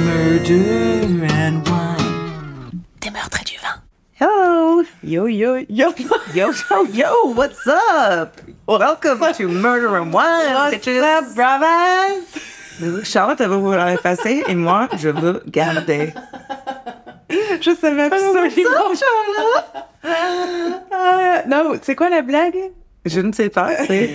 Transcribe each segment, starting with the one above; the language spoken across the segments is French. murder and wine. Des meurtres et du vin. Hello, yo, yo, yo, yo, yo, yo, what's up? Welcome to Murder and Wine, bitches. bravas? Charlotte, elle va vouloir effacer et moi, je veux garder. Je savais Ah absolument Euh, pas. Non, c'est quoi la blague? Je ne sais pas, c'est...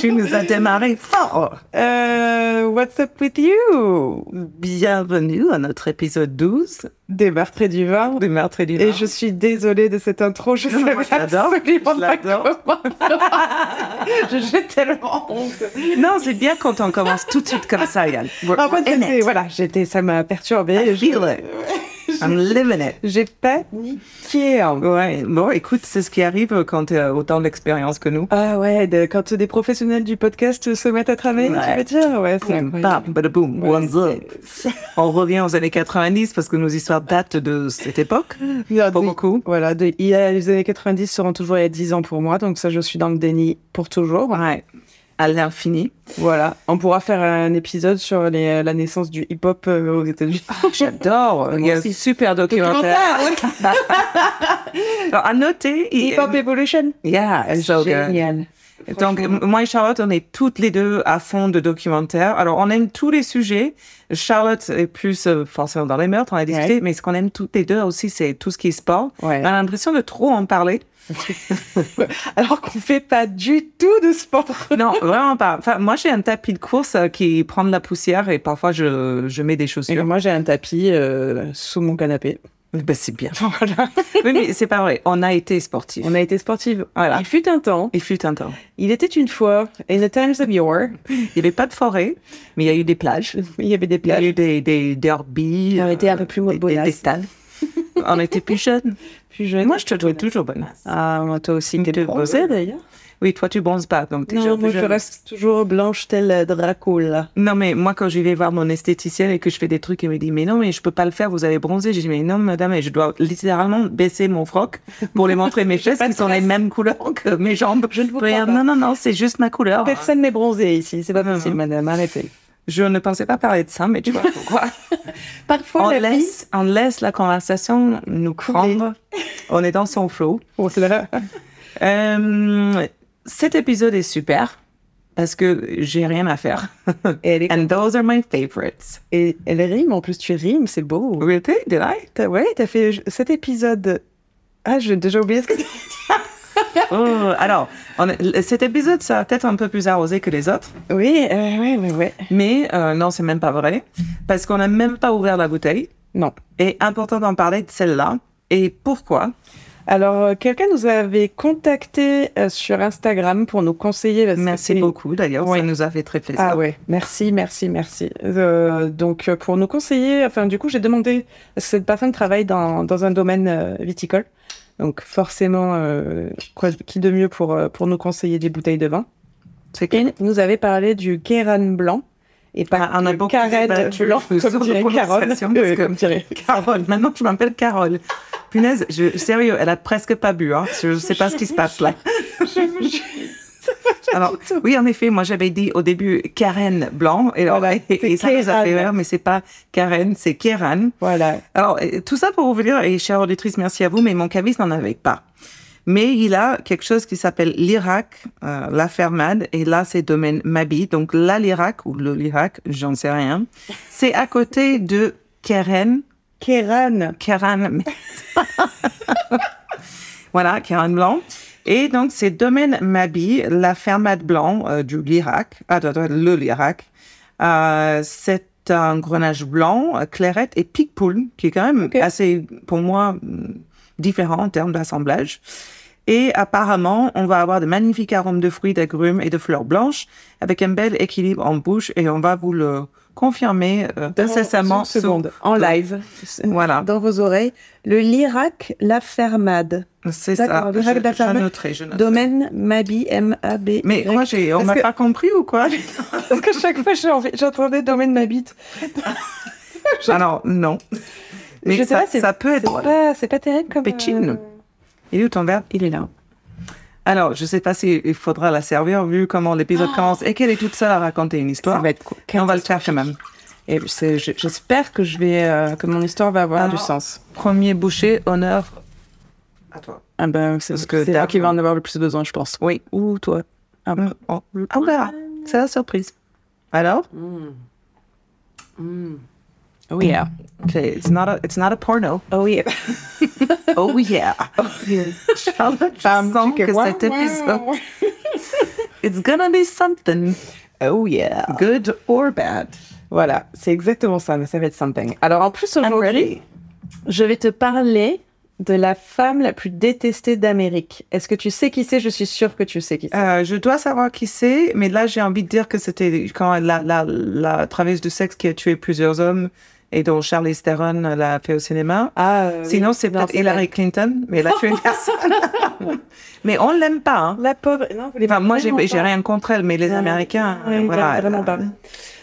tu nous as démarré fort. Euh, what's up with you? Bienvenue à notre épisode 12 Des meurtres et du vin. des meurtres et du Et Vin. je suis désolée de cette intro, je Non, savais moi, je l'adore, absolument je pas l'adore. comment je- J'ai tellement honte. Non, c'est bien quand on commence tout de suite comme ça, Yann. We're En fait, in c'était- it. voilà, j'étais, ça m'a perturbée. I feel it. I'm living it. J'ai hein. paniqué. en gros. Ouais, bon, écoute, c'est ce qui arrive quand tu as autant d'expérience que nous. Ah ouais, de- quand des professionnels du podcast se mettent à travailler, Ouais. tu veux dire Ouais, c'est Bam, incroyable. badaboum, Ouais, one's up. On revient aux années 90 parce que nos histoires datent de cette époque. Il y a Pas des- beaucoup. Voilà, de- il y a- les années 90 seront toujours il y a 10 ans pour moi, donc ça, je suis dans le déni pour toujours. Ouais. À l'infini. Voilà, on pourra faire un épisode sur les- euh, la naissance du hip-hop euh, aux États-Unis. J'adore. Il y a un aussi. super documentaire. Alors, à noter. il- Hip-hop Evolution. Yeah, so good. Génial. Donc, m- moi et Charlotte, on est toutes les deux à fond de documentaires. Alors, on aime tous les sujets. Charlotte est plus euh, forcément dans les meurtres, on a discuté, mais ce qu'on aime toutes les deux aussi, c'est tout ce qui est sport. Ouais. On a l'impression de trop en parler. Alors qu'on fait pas du tout de sport. Non, vraiment pas. Enfin, moi, j'ai un tapis de course euh, qui prend de la poussière et parfois je, je mets des Et chaussures. moi, j'ai un tapis euh, sous mon canapé. Ben, c'est bien. Voilà. oui, mais c'est pas vrai. On a été sportifs. On a été sportive. Voilà. Il fut un temps, Il fut un temps. il était une fois, in the times of yore, Il n'y avait pas de forêt, mais il y a eu des plages. il y avait des Il y a plages. eu des, des derbies. On était un peu plus des- des, bonasse. des stades. On était plus jeunes. Plus jeune. Moi, je te trouvais toujours bonasse. Ah, moi, toi aussi, Une t'es de bronzée bonne. d'ailleurs. Oui, toi, tu bronzes pas, donc t'es Non, toujours moi, plus je jeune. reste toujours blanche telle Dracula. Non, mais moi, quand je vais voir mon esthéticienne et que je fais des trucs, elle me dit, mais non, mais je peux pas le faire, vous avez bronzé. J'ai dit, mais non, madame, et je dois littéralement baisser mon froc pour les montrer mes fesses qui sont les mêmes couleurs que mes jambes. Je ne vous Puis, crois pas. Non, non, non, c'est juste ma couleur. Personne n'est bronzé ici, c'est pas Non, possible, non. madame, arrêtez. Je ne pensais pas parler de ça, mais tu vois pourquoi. on, Parfois, la vie- laisse, on laisse la conversation nous prendre. On est dans son flow. Oh, c'est là. Euh, cet épisode est super parce que j'ai rien à faire. Et elle, est- And those are my favorites. et elle rime, en plus, tu rimes, c'est beau. Really? Did I? T'as- ouais, t'as fait j- cet épisode. Ah, j'ai déjà oublié ce que Oh, alors, on est- cet épisode, ça va peut-être un peu plus arrosé que les autres, Oui, euh, ouais, ouais, ouais. mais euh, non, c'est même pas vrai, parce qu'on n'a même pas ouvert la bouteille. Non. Et important d'en parler de celle-là. Et pourquoi? Alors, euh, quelqu'un nous avait contacté euh, sur Instagram pour nous conseiller. parce que Merci c'est- beaucoup, d'ailleurs. Ouais. Ça nous a fait très plaisir. Ah ouais, merci, merci, merci. Euh, donc, euh, pour nous conseiller, enfin, du coup, j'ai demandé, cette personne travaille dans, dans un domaine euh, viticole. Donc, forcément, euh, quoi- qui de mieux pour, euh, pour nous conseiller des bouteilles de vin C'est Et il nous avait parlé du Kéran blanc. Et pas Ah, on a du beaucoup Karen débattu blanc, sur comme la dirait Carole. prononciation, parce Euh, que- comme dirait- Carole, maintenant je m'appelle Carole. Punaise, je, sérieux, elle a presque pas bu. Hein. Je sais pas ce qui se passe là. Alors, oui, en effet, moi j'avais dit au début Karen Blanc, et, alors, Voilà, et, et c'est ça nous a fait Kéran. rire, mais c'est pas Karen, c'est Kéran. Voilà. Alors, euh, tout ça pour vous dire, et chère auditrice, merci à vous, mais mon caviste n'en avait pas. Mais il a quelque chose qui s'appelle l'Irak, euh, la fermade, et là, c'est domaine Mabi. Donc, là, l'Irak, ou le l'Irak, j'en sais rien, c'est à côté de Keren, Kéran. Karen. mais- voilà, Karen Blanc. Et donc, c'est Domaine Mabi, la fermade blanc euh, du Lirac. Ah, attends, attends, le Lirac. Euh, c'est un grenage blanc, euh, clairette et picpoul, qui est quand même Ok. assez, pour moi, hum, différent en termes d'assemblage. Et apparemment, on va avoir de magnifiques arômes de fruits, d'agrumes et de fleurs blanches, avec un bel équilibre en bouche, et on va vous le confirmer euh, incessamment. Une seconde. En live. Voilà. Dans vos oreilles. Le Lirac, la fermade. C'est ça. D'accord, Je, le règle de la je ferme- noterai, je noterai. Domaine Mabi, M-A-B. Mais quoi, j'ai, on Parce m'a que- pas compris ou quoi Parce qu'à chaque fois, j'ai envie- j'entendais Domaine Mabi. Alors, non. Mais Je sais ça, pas, c'est- ça peut être. C'est pas, c'est pas terrible comme. Pépine. euh, Il est où ton verre Il est là. Alors, je sais pas s'il faudra Oh la servir vu comment l'épisode commence et qu'elle est toute seule à raconter une histoire. va être cool. Et on va le faire quand même. Et c'est- je- j'espère que je vais, euh, que mon histoire va avoir du Alors- sens. Premier boucher, honneur à toi. Ah ben, Parce c'est parce que que c'est t'as- là qu'il va en avoir le plus besoin, je pense. Oui. Ou toi. Ah, bah. On, on verra. C'est la surprise. Alors, Mm. Oh yeah. okay, it's not a, it's not a porno. Oh yeah. Oh yeah. Charlotte, je sens que cet épisode, it's gonna be something, Oh yeah. good or bad. Voilà, c'est exactement ça, mais ça va être something. Alors en plus aujourd'hui, ready. je vais te parler de la femme la plus détestée d'Amérique. Est-ce que tu sais qui c'est Je suis sûre que tu sais qui c'est. Euh, je dois savoir qui c'est, mais là j'ai envie de dire que c'était quand la, la, la travailleuse du sexe qui a tué plusieurs hommes et dont Charlize Theron l'a fait au cinéma. Ah, euh, Sinon oui. c'est Non, peut-être Hillary Clinton, mais elle a tué une personne. mais on l'aime pas. Hein. pas- La pauvre. Non, vous les Enfin, moi j'ai vraiment j'ai pas. rien contre elle, mais les Non, Américains, oui, euh, voilà. vraiment pas.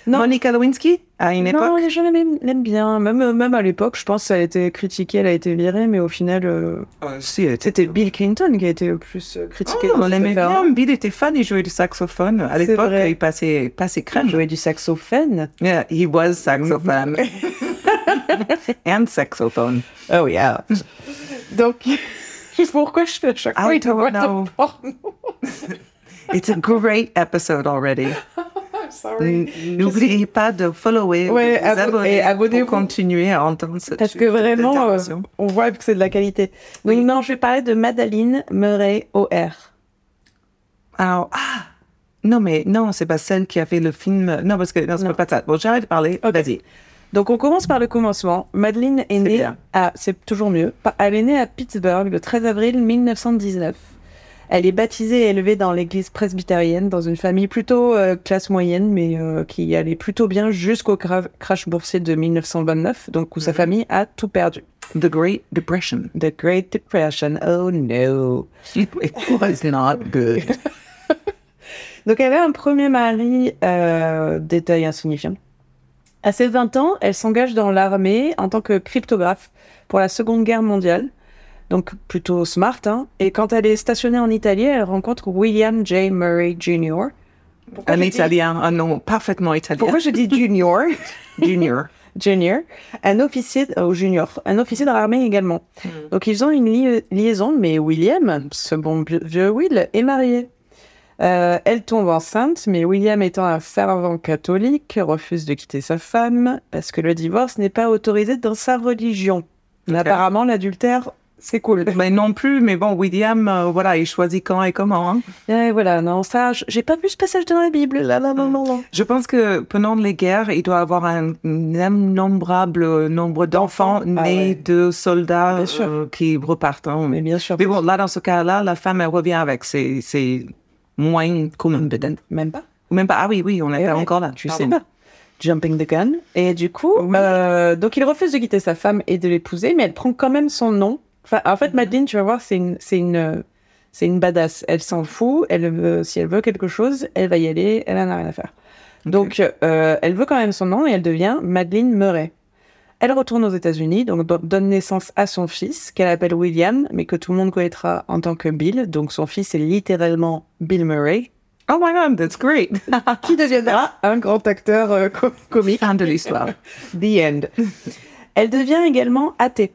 Non. Monica Lewinsky à une Non, époque. les gens l'aiment l'aiment bien. Même, euh, même à l'époque, je pense, elle a été critiquée, elle a été virée, mais au final, euh, Euh, si, elle était- c'était Bill Clinton qui a été le plus euh, Oh, critiqué. dans on cette l'aimait affaire. bien. Bill était fan, il jouait du saxophone. À C'est l'époque, vrai. il passait, il passait crème. Il jouait du saxophone. Yeah, he was saxophone. Mm-hmm. And saxophone. Oh ah. yeah. Donc, pourquoi je fais à chaque I fois une don't voix de know. porno It's a great episode already. I'm sorry. N- N'oubliez pas de follower, Ouais, de vous abo- abonner et pour abonnez-vous. continuer à entendre ce Parce type que vraiment, euh, d'intervention. on voit que c'est de la qualité. Donc, non, je vais parler de Madeleine Murray O.R. Alors, ah! Non, mais non, c'est pas celle qui a fait le film. Non, parce que non, c'est Non. pas ça. Bon, j'arrête de parler. Ok. Vas-y. Donc, on commence par le commencement. Madeleine est née bien. à, c'est toujours mieux, Pa- elle est née à Pittsburgh le 13 avril 1919. Elle est baptisée et élevée dans l'église presbytérienne, dans une famille plutôt euh, classe moyenne, mais euh, qui allait plutôt bien jusqu'au cra- crash boursier de 1929, donc où sa famille a tout perdu. The Great Depression. The Great Depression, oh no. It was not good. Donc elle a un premier mari, euh, détail insignifiant. À ses 20 ans, elle s'engage dans l'armée en tant que cryptographe pour la Seconde Guerre mondiale, donc plutôt smart. hein. Et quand elle est stationnée en Italie, elle rencontre William J. Murray Jr. Pourquoi Un je dis- Italien, un nom parfaitement italien. Pourquoi je dis junior Junior. Junior, un officier oh, junior, un officier dans l'armée également. Hmm. Donc ils ont une lia- liaison, mais William, ce bon vieux- vieux Will, est marié. Euh, elle tombe enceinte, mais William étant un fervent catholique, refuse de quitter sa femme parce que le divorce n'est pas autorisé dans sa religion. Mais Ok. Apparemment, l'adultère, c'est cool. Mais non plus, mais bon, William, euh, voilà, il choisit quand et comment. hein. Et voilà, non, ça, j- j'ai pas vu ce passage dans la Bible. Là, là, non, non, non. Je pense que pendant les guerres, il doit avoir un innombrable euh, nombre d'enfants D'enfants, ah nés ouais. de soldats Bien sûr. euh, qui repartent. hein. Mais Mais, bien sûr, bon, là, dans ce cas-là, la femme, elle revient avec ses, ses moyens communs dedans. même pas. Ou même pas, ah oui, oui, on est Eh ouais, encore là, tu pardon. sais pas. Jumping the gun. Et du coup, Oui. euh, donc il refuse de quitter sa femme et de l'épouser, mais elle prend quand même son nom. Enfin, en fait, Mhm. Madeleine, tu vas voir, c'est une, c'est une, euh, c'est une badass. Elle s'en fout. Elle veut, si elle veut quelque chose, elle va y aller. Elle en a rien à faire. Donc, euh, elle veut quand même son nom et elle devient Madeleine Murray. Elle retourne aux États-Unis, donc do- donne naissance à son fils, qu'elle appelle William, mais que tout le monde connaîtra en tant que Bill. Donc, son fils est littéralement Bill Murray, Oh my god, that's great! qui deviendra un grand acteur euh, co- comique. Fin de l'histoire. The End. Elle devient également athée.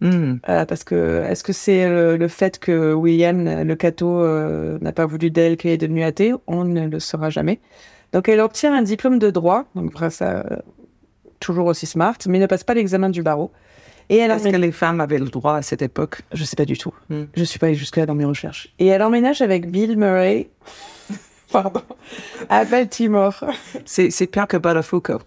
Hmm. euh, parce que, est-ce que c'est le, le fait que William, le catho, euh, n'a pas voulu d'elle qu'elle est devenue athée On ne le saura jamais. Donc, elle obtient un diplôme de droit, donc après ça, euh, toujours aussi smart, mais ne passe pas l'examen du barreau. Et elle Est-ce emménage- que les femmes avaient le droit à cette époque? Je sais pas du tout. Hmm. Je suis pas allée jusque-là dans mes recherches. Et elle emménage avec Bill Murray, pardon, à Baltimore. C'est c'est pire que Balafuco.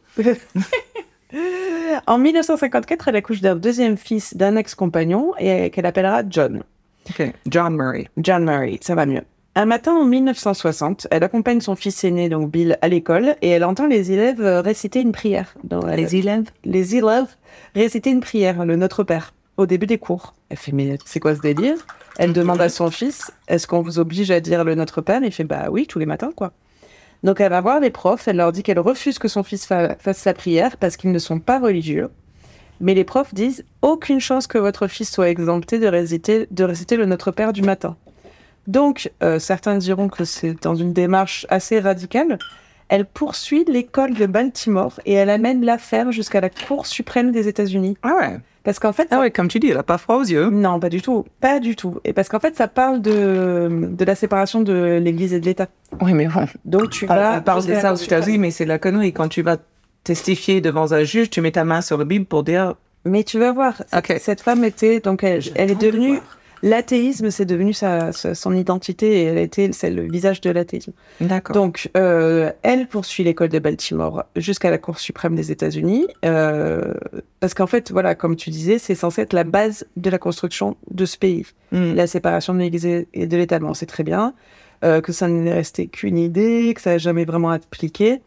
En 1954, elle accouche d'un deuxième fils d'un ex-compagnon et qu'elle appellera John. Ok, John Murray. John Murray, ça va mieux. Un matin en 1960, elle accompagne son fils aîné, donc Bill, à l'école et elle entend les élèves euh, réciter une prière. Dans la- Les élèves? les élèves réciter une prière, le Notre Père, au début des cours. Elle fait, mais c'est quoi ce délire Elle demande à son fils, est-ce qu'on vous oblige à dire le Notre Père Il fait, bah oui, tous les matins, quoi. Donc elle va voir les profs, elle leur dit qu'elle refuse que son fils fa- fasse la prière parce qu'ils ne sont pas religieux. Mais les profs disent, aucune chance que votre fils soit exempté de réciter, de réciter le Notre Père du matin. Donc, euh, certains diront que c'est dans une démarche assez radicale. Elle poursuit l'école de Baltimore et elle amène l'affaire jusqu'à la Cour suprême des États-Unis. Ah ouais. Parce qu'en fait, Ah ouais, comme tu dis, elle a pas froid aux yeux. non, pas du tout, pas du tout. Et parce qu'en fait, ça parle de, de la séparation de l'Église et de l'État. Oui, mais bon. Donc tu Elle, vas. elle Ah, parle de jusqu'à la ça aux Cour suprême. États-Unis, mais c'est la connerie. Quand tu vas testifier devant un juge, tu mets ta main sur la Bible pour dire. Mais tu vas voir, c- Ok. cette femme était donc elle, elle est devenue l'athéisme, c'est devenu sa, sa- son identité et elle était c'est le visage de l'athéisme. D'accord. Donc euh, elle poursuit l'école de Baltimore jusqu'à la Cour suprême des États-Unis euh, parce qu'en fait voilà comme tu disais c'est censé être la base de la construction de ce pays Hmm. la séparation de l'Église et de l'État. Bon, on sait très bien euh, que ça n'est resté qu'une idée, que ça n'a jamais vraiment appliqué.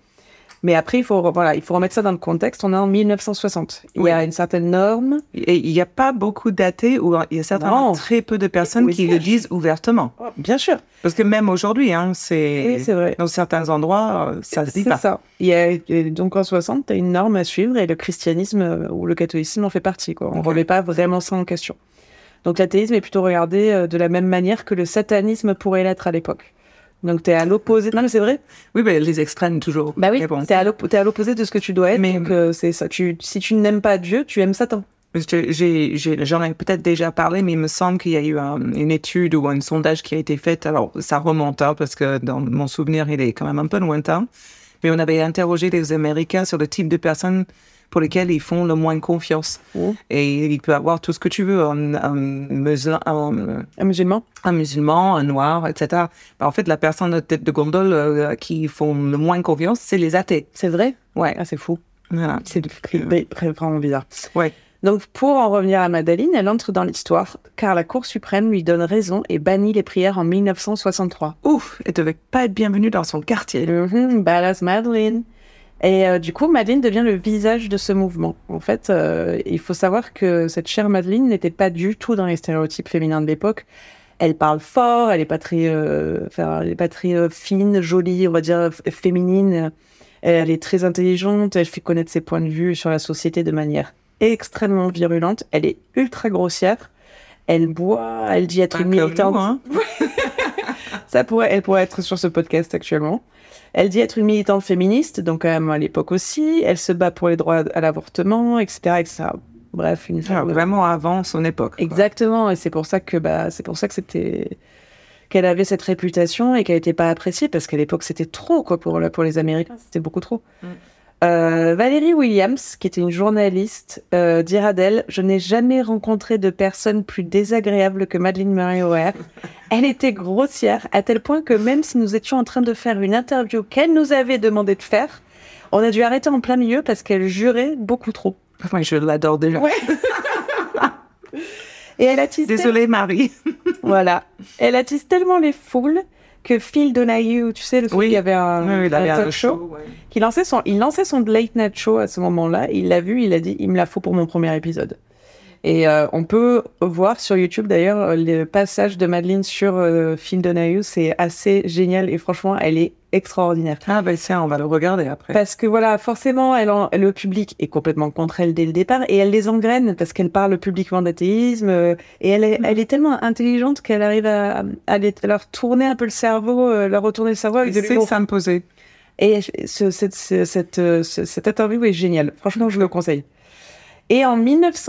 Mais après, il faut, re- voilà, il faut remettre ça dans le contexte. On est en 1960. Il y a une certaine norme. Et il n'y a pas beaucoup d'athées ou il y a certainement Non. très peu de personnes Oui, qui c'est- le disent ouvertement. Oh, Bien sûr. Parce que même aujourd'hui, hein, Oui, c'est c'est vrai. dans certains endroits, euh, ça se dit C'est pas. ça. Il y a, et donc en 60, tu as une norme à suivre et le christianisme euh, ou le catholicisme en fait partie. Quoi. On Ok. remet pas vraiment ça en question. Donc l'athéisme est plutôt regardé euh, de la même manière que le satanisme pourrait l'être à l'époque. Donc tu es à l'opposé. Non, mais c'est vrai. Oui, mais les extrêmes toujours. Bah oui, Mais bon, t'es à l'op- t'es à l'opposé de ce que tu dois être. Mais- donc, euh, c'est ça. Tu, si tu n'aimes pas Dieu, tu aimes Satan. Parce que j'ai- j'ai- J'en ai, peut-être déjà parlé, mais il me semble qu'il y a eu un- une étude ou un sondage qui a été fait. Alors, ça remonte, hein, parce que dans mon souvenir, il est quand même un peu lointain. Mais on avait interrogé les Américains sur le type de personnes pour lesquelles ils font le moins confiance. Oh. Et il peut avoir tout ce que tu veux, un, un musulman, un- Un musulman. un musulman, un noir, etc. Bah, en fait, la personne de tête de gondole euh, qui font le moins confiance, c'est les athées. C'est vrai Ouais, Ah, c'est fou. voilà. Euh, C'est mais très- vraiment bizarre. Ouais. Donc, pour en revenir à Madeleine, elle entre dans l'histoire, car la Cour suprême lui donne raison et bannit les prières en 1963. Ouf, elle devait pas être bienvenue dans son quartier. Mhm, badass Madeleine. Et euh, du coup, Madeleine devient le visage de ce mouvement. En fait, euh, il faut savoir que cette chère Madeleine n'était pas du tout dans les stéréotypes féminins de l'époque. Elle parle fort, elle est pas très, euh, enfin, elle est pas très euh, fine, jolie, on va dire f- féminine. Elle est très intelligente, elle fait connaître ses points de vue sur la société de manière extrêmement virulente. Elle est ultra grossière. Elle boit, elle dit être Pas une comme militante. nous, hein. Ça pourrait, elle pourrait être sur ce podcast actuellement. Elle dit être une militante féministe, donc quand même à l'époque aussi. Elle se bat pour les droits à l'avortement, etc., etc. Bref, une Ah, femme. vraiment avant son époque. quoi. Exactement, et c'est pour ça que bah, c'est pour ça que c'était qu'elle avait cette réputation et qu'elle n'était pas appréciée parce qu'à l'époque c'était trop quoi pour la- pour les Américains, c'était beaucoup trop. Mm. Euh, Valérie Williams, qui était une journaliste, euh, dira d'elle Je n'ai jamais rencontré de personne plus désagréable que Madeleine Murray O'Hare. Elle était grossière à tel point que même si nous étions en train de faire une interview qu'elle nous avait demandé de faire, on a dû arrêter en plein milieu parce qu'elle jurait beaucoup trop. Moi, Ah, je l'adore déjà. Ouais. Et elle attise Désolée, Marie. Voilà. Elle attise tellement les foules que Phil Donahue, tu sais, le truc, Oui. il y avait un, Oui, il un avait talk un show, show. ouais. qui lançait son, il lançait son late night show à ce moment-là. Il l'a vu, il a dit, il me la faut pour mon premier épisode. Et euh, on peut voir sur YouTube d'ailleurs euh, le passage de Madeleine sur euh, Phil Donahue, c'est assez génial et franchement, elle est extraordinaire. Ah, ben tiens, on va le regarder après. Parce que voilà, forcément, elle en- le public est complètement contre elle dès le départ et elle les engraine parce qu'elle parle publiquement d'athéisme euh, et elle est, elle est tellement intelligente qu'elle arrive à, à les- à leur tourner un peu le cerveau, euh, leur retourner le cerveau avec de Il sait l'humour. s'imposer. Et ce- cette, ce- cette, euh, ce- cette interview est géniale. Franchement, je le conseille. Et en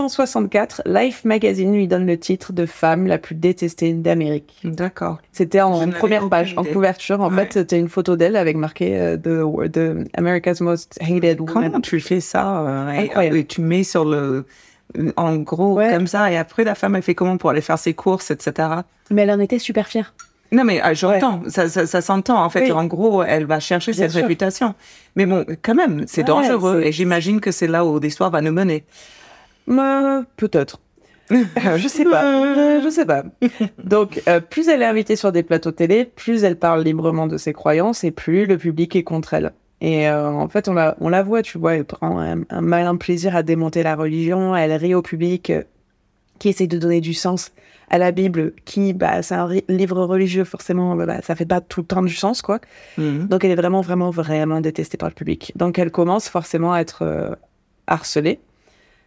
1964, Life Magazine lui donne le titre de femme la plus détestée d'Amérique. D'accord. C'était Je en n'avais première aucune page, en idée. couverture. En Ouais. fait, c'était une photo d'elle avec marqué euh, the, the America's Most Hated Woman. Comment tu fais ça euh, et- Incroyable. et tu mets sur le. En gros, Ouais. comme ça, et après, la femme, elle fait comment pour aller faire ses courses, etc. Mais elle en était super fière. Non, mais euh, j'entends, ça, ça, ça s'entend. En fait, Oui. en gros, elle va chercher Bien cette sûr. réputation. Mais bon, quand même, c'est Ouais, dangereux. c'est- Et j'imagine que c'est là où l'histoire va nous mener. Euh, Peut-être. je sais pas. Euh, je sais pas. Donc, euh, plus elle est invitée sur des plateaux télé, plus elle parle librement de ses croyances et plus le public est contre elle. Et euh, en fait, on la, on la voit, tu vois, elle prend un, un malin plaisir à démonter la religion, elle rit au public euh, qui essaie de donner du sens à la Bible, qui, bah, c'est un ri- livre religieux, forcément, bah, bah, ça fait pas tout le temps du sens, quoi. Mhm. Donc elle est vraiment, vraiment, vraiment détestée par le public. Donc elle commence forcément à être euh, harcelée.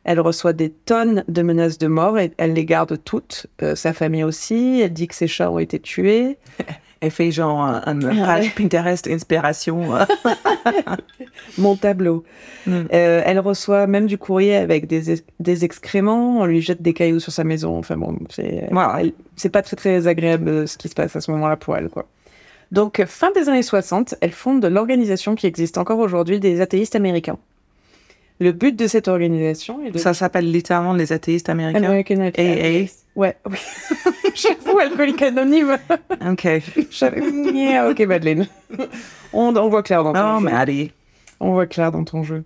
Elle reçoit des tonnes de menaces de mort et elle les garde toutes. Euh, sa famille aussi. Elle dit que ses chats ont été tués. Elle fait genre un, un page Pinterest inspiration. euh. mon tableau. Mm. Euh, elle reçoit même du courrier avec des, es- des excréments, on lui jette des cailloux sur sa maison. Enfin bon, c'est euh, Wow. elle- c'est pas très très agréable euh, ce qui se passe à ce moment-là pour elle. Quoi. Donc, euh, fin des années 60, elle fonde l'organisation qui existe encore aujourd'hui des athéistes américains. Le but de cette organisation est de. Ça s'appelle littéralement les athéistes américains. Eh, American Atheists. AA. Ouais, oui. J'avoue, alcoolique anonyme. eh. Ok. J'avais- Yeah, ok, Madeleine. On, on voit clair dans ton Oh, jeu. Maddie. On voit clair dans ton jeu.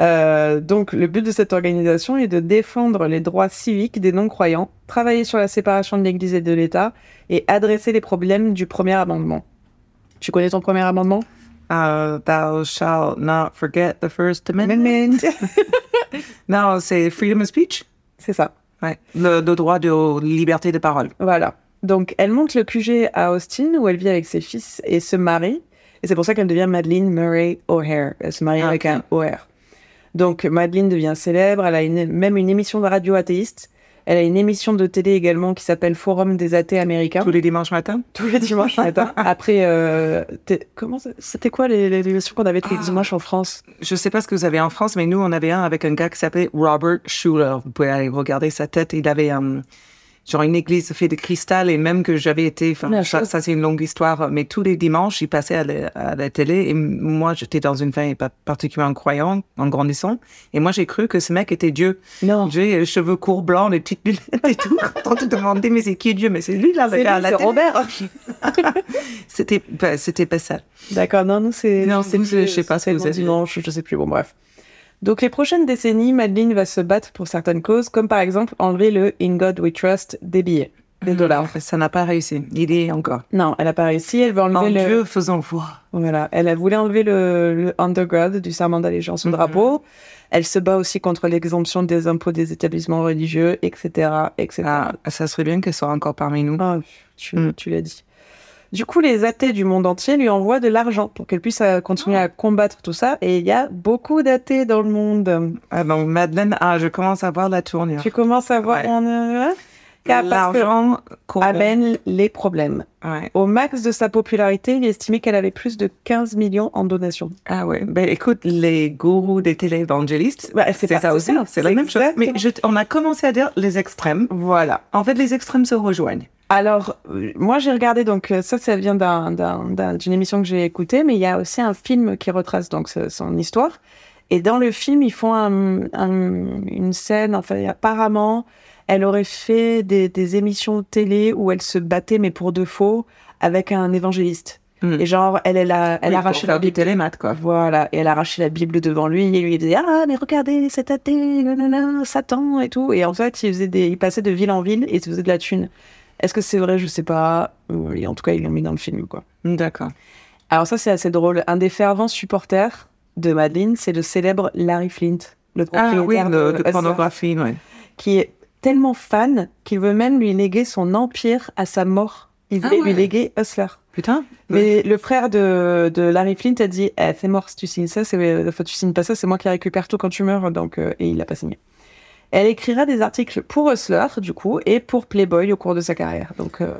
Euh, donc, le but de cette organisation est de défendre les droits civiques des non-croyants, travailler sur la séparation de l'Église et de l'État et adresser les problèmes du premier amendement. Tu connais ton premier amendement Uh, thou shalt not forget the First Amendment. Non, c'est freedom of speech. C'est ça. Ouais. Le, le droit de aux liberté de parole. Voilà. Donc, elle monte le QG à Austin où elle vit avec ses fils et se marie. Et c'est pour ça qu'elle devient Madeleine Murray O'Hare. Elle se marie Ah, avec ok. un O'Hare. Donc, Madeleine devient célèbre. Elle a une- même une émission de radio athéiste. Elle a une émission de télé également qui s'appelle Forum des athées américains Tous les dimanches matin. tous les dimanches matin. Après, euh, t'es- comment ça- c'était quoi les, les émissions qu'on avait tous les Ah. dimanches en France Je sais pas ce que vous avez en France, mais nous, on avait un avec un gars qui s'appelait Robert Schuller. Vous pouvez aller regarder sa tête. Il avait un, genre une église faite de cristal et même que j'avais été, enfin, La ça, chose. ça, c'est une longue histoire, mais tous les dimanches, il passait à la, à la télé et m- moi, j'étais dans une famille pas particulièrement croyante en grandissant. Et moi, j'ai cru que ce mec était Dieu. Non. J'ai les cheveux courts, blancs, les petites lunettes et tout. Quand on te demandait, mais c'est qui Dieu? Mais c'est lui, là, le C'est lui, gars à la c'est télé. Robert. C'était, bah, c'était pas ça. D'accord, non, nous c'est. Non, je sais vous, plus, je sais pas ce c'est que vous mon avez. dimanche, je sais plus, bon, bref. Donc, les prochaines décennies, Madeleine va se battre pour certaines causes, comme par exemple enlever le In God We Trust des billets, Hmm. des dollars. Ça n'a pas réussi. Il y est encore. Non, elle n'a pas réussi, elle veut En enlever le. Dieu, faisons voir. Voilà, elle a voulu enlever le, le undergrad du serment d'allégeance au Mhm. drapeau. Elle se bat aussi contre l'exemption des impôts des établissements religieux, etc., etc. Ah, ça serait bien qu'elle soit encore parmi nous. Ah, tu, Mm. tu l'as dit. Du coup, les athées du monde entier lui envoient de l'argent pour qu'elle puisse euh, continuer à combattre tout ça. Et il y a beaucoup d'athées dans le monde. Ah, donc Madeleine, ah, je commence à voir la tournure. Tu commences à voir. Ouais. un, euh, hein, car- parce que L'argent court. amène les problèmes. Ouais. Au max de sa popularité, il estimait qu'elle avait plus de 15 millions en donations. Ah ouais. Ben écoute, les gourous des télévangélistes, Bah, c'est ça aussi, hein. c'est la même chose. Mais je- on a commencé à dire les extrêmes. Voilà. En fait, les extrêmes se rejoignent. Alors, euh, moi, j'ai regardé, donc euh, ça, ça vient d'un- d'un- d'un- d'une émission que j'ai écoutée, mais il y a aussi un film qui retrace donc ce- son histoire. Et dans le film, ils font un- un- une scène, enfin, et apparemment, elle aurait fait des, des émissions télé où elle se battait, mais pour de faux, avec un évangéliste. Hmm. Et genre, elle, elle a, elle Oui, a pour arraché faire la du Bible. télémat, quoi. Voilà, et elle a arraché la Bible devant lui, et lui il disait Ah, mais regardez, cet athée, nanana, Satan et tout. Et en fait, il, faisait des... il passait de ville en ville et il se faisait de la thune. Est-ce que c'est vrai Je sais pas. Oui, en tout cas, ils l'ont mis dans le film, quoi. D'accord. Alors, ça, c'est assez drôle. Un des fervents supporters de Madeleine, c'est le célèbre Larry Flint, le Ah oui, propriétaire le- de, Hustler, pornographie, ouais. qui est tellement fan qu'il veut même lui léguer son empire à sa mort. Il Ah voulait ouais. lui léguer Hustler. Putain. Mais le frère de, de Larry Flint a dit eh, C'est mort si tu signes ça, c'est, enfin, tu signes pas ça, c'est moi qui récupère tout quand tu meurs. Donc, euh, et il a pas signé. Elle écrira des articles pour Hustler, du coup, et pour Playboy au cours de sa carrière. Donc, euh,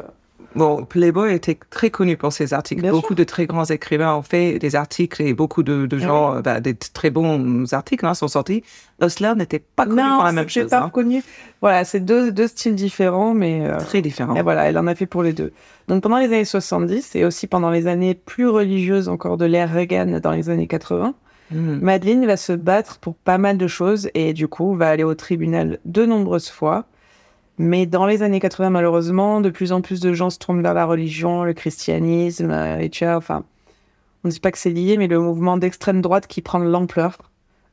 Bon, Playboy était très connu pour ses articles. Bien beaucoup de très grands écrivains ont fait des articles et beaucoup de, Eh de gens, euh, bah, des t- très bons articles hein, sont sortis. Hustler n'était pas connu pour la même c'était chose. pas hein. reconnu. Voilà, c'est deux, deux styles différents, mais. euh, Très différent. Et voilà, elle en a fait pour les deux. Donc pendant les années 70 et aussi pendant les années plus religieuses encore de l'ère Reagan dans les années 80, Mm. Madeleine va se battre pour pas mal de choses et du coup va aller au tribunal de nombreuses fois. Mais dans les années 80, malheureusement, de plus en plus de gens se tournent vers la religion, le christianisme, euh, et tu vois, enfin, on ne dit pas que c'est lié, mais le mouvement d'extrême droite qui prend de l'ampleur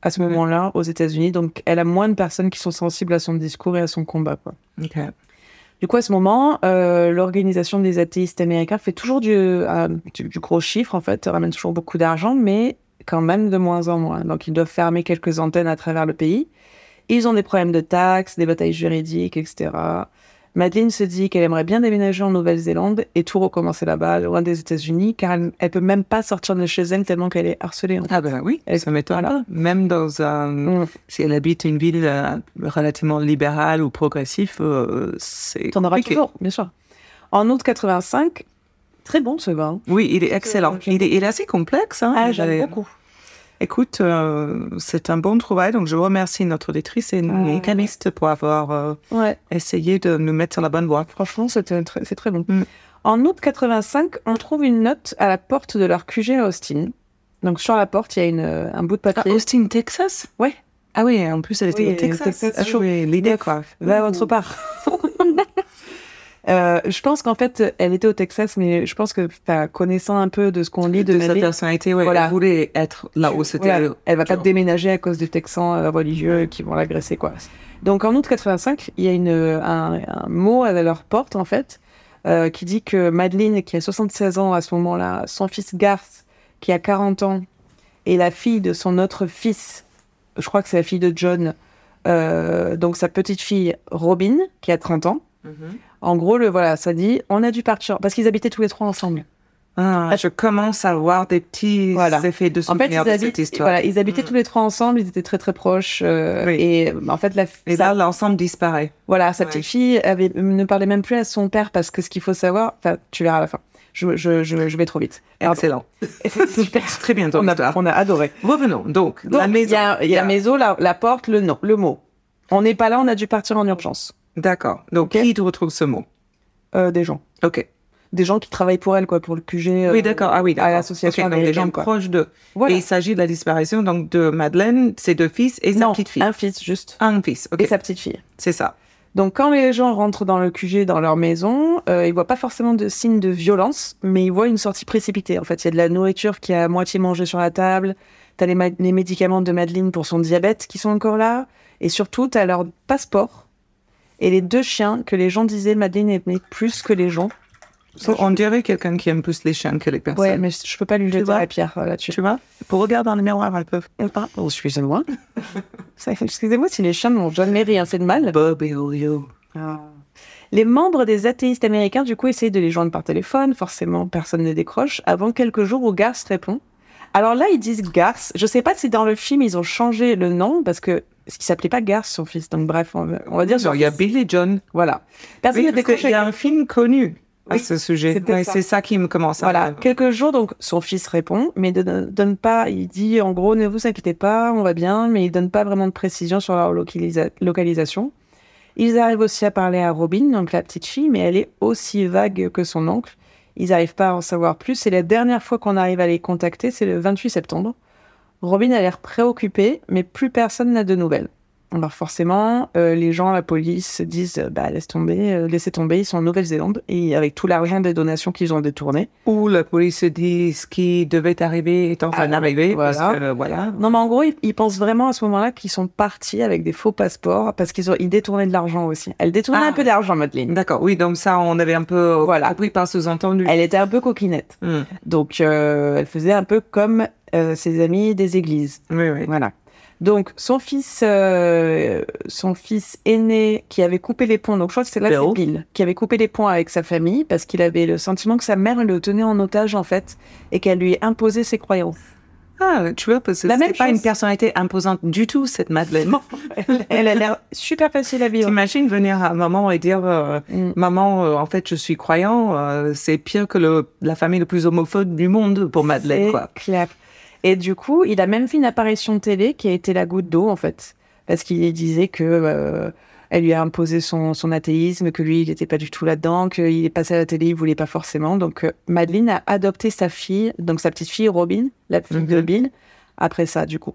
à ce moment-là aux États-Unis. Donc, elle a moins de personnes qui sont sensibles à son discours et à son combat. Quoi. Ok. Du coup, à ce moment, euh, l'organisation des athéistes américains fait toujours du, euh, du, du gros chiffre, en fait, ramène toujours beaucoup d'argent, mais quand même de moins en moins. Donc, ils doivent fermer quelques antennes à travers le pays. Ils ont des problèmes de taxes, des batailles juridiques, etc. Madeleine se dit qu'elle aimerait bien déménager en Nouvelle-Zélande et tout recommencer là-bas, loin des États-Unis, car elle, elle peut même pas sortir de chez elle tellement qu'elle est harcelée. en fait. Ah ben oui, Elle- ça m'étonne voilà. pas. Même dans un... Mm. Si elle habite une ville euh, relativement libérale ou progressive, euh, c'est T'en auras compliqué. toujours, bien sûr. En août 85, très bon ce vin. Oui, il est excellent. Il est, il est assez complexe. Hein. Ah, j'aime J'avais- beaucoup. Écoute, euh, c'est un bon travail. Donc, je remercie notre auditrice Ah, et mon caviste pour avoir euh, Ouais. essayé de nous mettre sur la bonne voie. Franchement, c'est un tr- c'est très bon. Mm. En août 85, on trouve une note à la porte de leur QG à Austin. Donc sur la porte, il y a une, euh, un bout de papier. Ah, Austin, Texas Ouais. Ah oui, en plus, elle était Oui, au Texas. Texas, Ah oui. oui, l'idée, quoi. Va à votre part. Euh, je pense qu'en fait, elle était au Texas, mais je pense que, enfin, connaissant un peu de ce qu'on lit de, de sa Mabie, personnalité, ouais, Voilà. elle voulait être là où c'était. voilà, elle va pas Genre. déménager à cause des Texans euh, religieux qui vont l'agresser, quoi. Donc en août 85, il y a une, euh, un, un mot à leur porte, en fait, euh, qui dit que Madeleine, qui a 76 ans à ce moment-là, son fils Garth, qui a 40 ans, et la fille de son autre fils, je crois que c'est la fille de John, euh, donc sa petite fille Robin, qui a 30 ans, en gros, le, voilà, ça dit, on a dû partir, parce qu'ils habitaient tous les trois ensemble. Ah, je commence à voir des petits Voilà. effets de En fait, ils, souvenirs de habitent- cette histoire. voilà, ils habitaient Mm. tous les trois ensemble, ils étaient très très proches. euh, Oui. Et en fait, la, Et sa- là, l'ensemble disparaît. voilà, sa ouais. petite fille avait, ne parlait même plus à son père parce que ce qu'il faut savoir, enfin, tu verras à la fin. Je, je, je, je vais trop vite. Pardon. Excellent. Super. Très bien, ton On a, histoire. on a adoré. Revenons. Donc, Donc, la il y maison. a, il y a la maison, la, la porte, le nom, le mot. On n'est pas là, on a dû partir en urgence. D'accord. Donc, Ok. qui te retrouve ce mot Euh, des gens. Ok. Des gens qui travaillent pour elle, quoi, pour le QG. euh, oui, d'accord. Ah oui, d'accord. à l'association Ok, donc des américaine, gens quoi. proches d'eux. Voilà. Et il s'agit de la disparition donc de Madeleine, ses deux fils et sa non, petite fille. un fils, juste. Un fils. Ok. Et sa petite fille. C'est ça. Donc quand les gens rentrent dans le QG, dans leur maison, euh, ils voient pas forcément de signes de violence, mais ils voient une sortie précipitée. En fait, il y a de la nourriture qui est à moitié mangée sur la table, t'as les, ma- les médicaments de Madeleine pour son diabète qui sont encore là, et surtout t'as leur passeport et les deux chiens que les gens disaient Madeleine aimait plus que les gens. So, on dirait quelqu'un qui aime plus les chiens que les personnes. Ouais, mais je peux pas lui jeter vois la pierre euh, là-dessus. Tu vois Pour regarder dans le miroir, elles peuvent. Oh, excusez-moi. Ça, Excusez-moi si les chiens n'ont jamais rien fait de mal. Bob et Oreo. Les membres des athéistes américains, du coup, essayent de les joindre par téléphone. Forcément, personne ne décroche. Avant quelques jours où Garth répond. Alors là, ils disent Garth. Je sais pas si dans le film, ils ont changé le nom parce que ce qui s'appelait pas Garth, son fils. Donc bref, on va, on va dire. Genre, son il y a fils. Bill et John. Voilà. Oui, Personne ne parce que Ah, décroche. il y a un film connu à Oui, ce sujet. c'est peut-être Ouais, ça. C'est ça. qui me commence à. Voilà, quelques jours, donc son fils répond, mais ne don- donne pas, il dit en gros, ne vous inquiétez pas, on va bien, mais il donne pas vraiment de précision sur leur localisa- localisation. Ils arrivent aussi à parler à Robin, donc la petite fille, mais elle est aussi vague que son oncle. Ils n'arrivent pas à en savoir plus, et la dernière fois qu'on arrive à les contacter, c'est le 28 septembre. Robin a l'air préoccupée, mais plus personne n'a de nouvelles. Alors forcément, euh, les gens, la police disent, euh, bah laisse tomber, euh, laissez tomber, ils sont en Nouvelle-Zélande, et avec tout l'argent des donations qu'ils ont détourné, Où la police se dit ce qui devait arriver est enfin Ah, arrivé. parce voilà. que, euh, voilà. Non, mais en gros, ils, ils pensent vraiment à ce moment-là qu'ils sont partis avec des faux passeports parce qu'ils ont, ils détournaient de l'argent aussi. Elle détournait Ah. un peu d'argent, Madeleine. D'accord. Oui, donc ça, on avait un peu Voilà. compris par sous-entendu. Elle était un peu coquinette. Hmm. Donc, euh, elle faisait un peu comme euh, ses amis des églises. Oui, oui. Voilà. Donc, son fils, euh, son fils aîné qui avait coupé les ponts, donc je crois que c'est là, Bill. c'est Bill, qui avait coupé les ponts avec sa famille parce qu'il avait le sentiment que sa mère le tenait en otage, en fait, et qu'elle lui imposait ses croyances. Ah, tu vois, parce que La c'est même pas chose. une personnalité imposante du tout, cette Madeleine. Elle, elle a l'air super facile à vivre. T'imagines venir à maman et dire euh, Mm. Maman, euh, en fait, je suis croyant, euh, c'est pire que le, la famille le plus homophobe du monde pour Madeleine, C'est quoi. clair. Et du coup, il a même fait une apparition télé qui a été la goutte d'eau, en fait. Parce qu'il disait que euh, elle lui a imposé son, son athéisme, que lui, il n'était pas du tout là-dedans, qu'il est passé à la télé, il voulait pas forcément. Donc, euh, Madeleine a adopté sa fille, donc sa petite fille Robin, la fille de Mhm. Bill, après ça, du coup.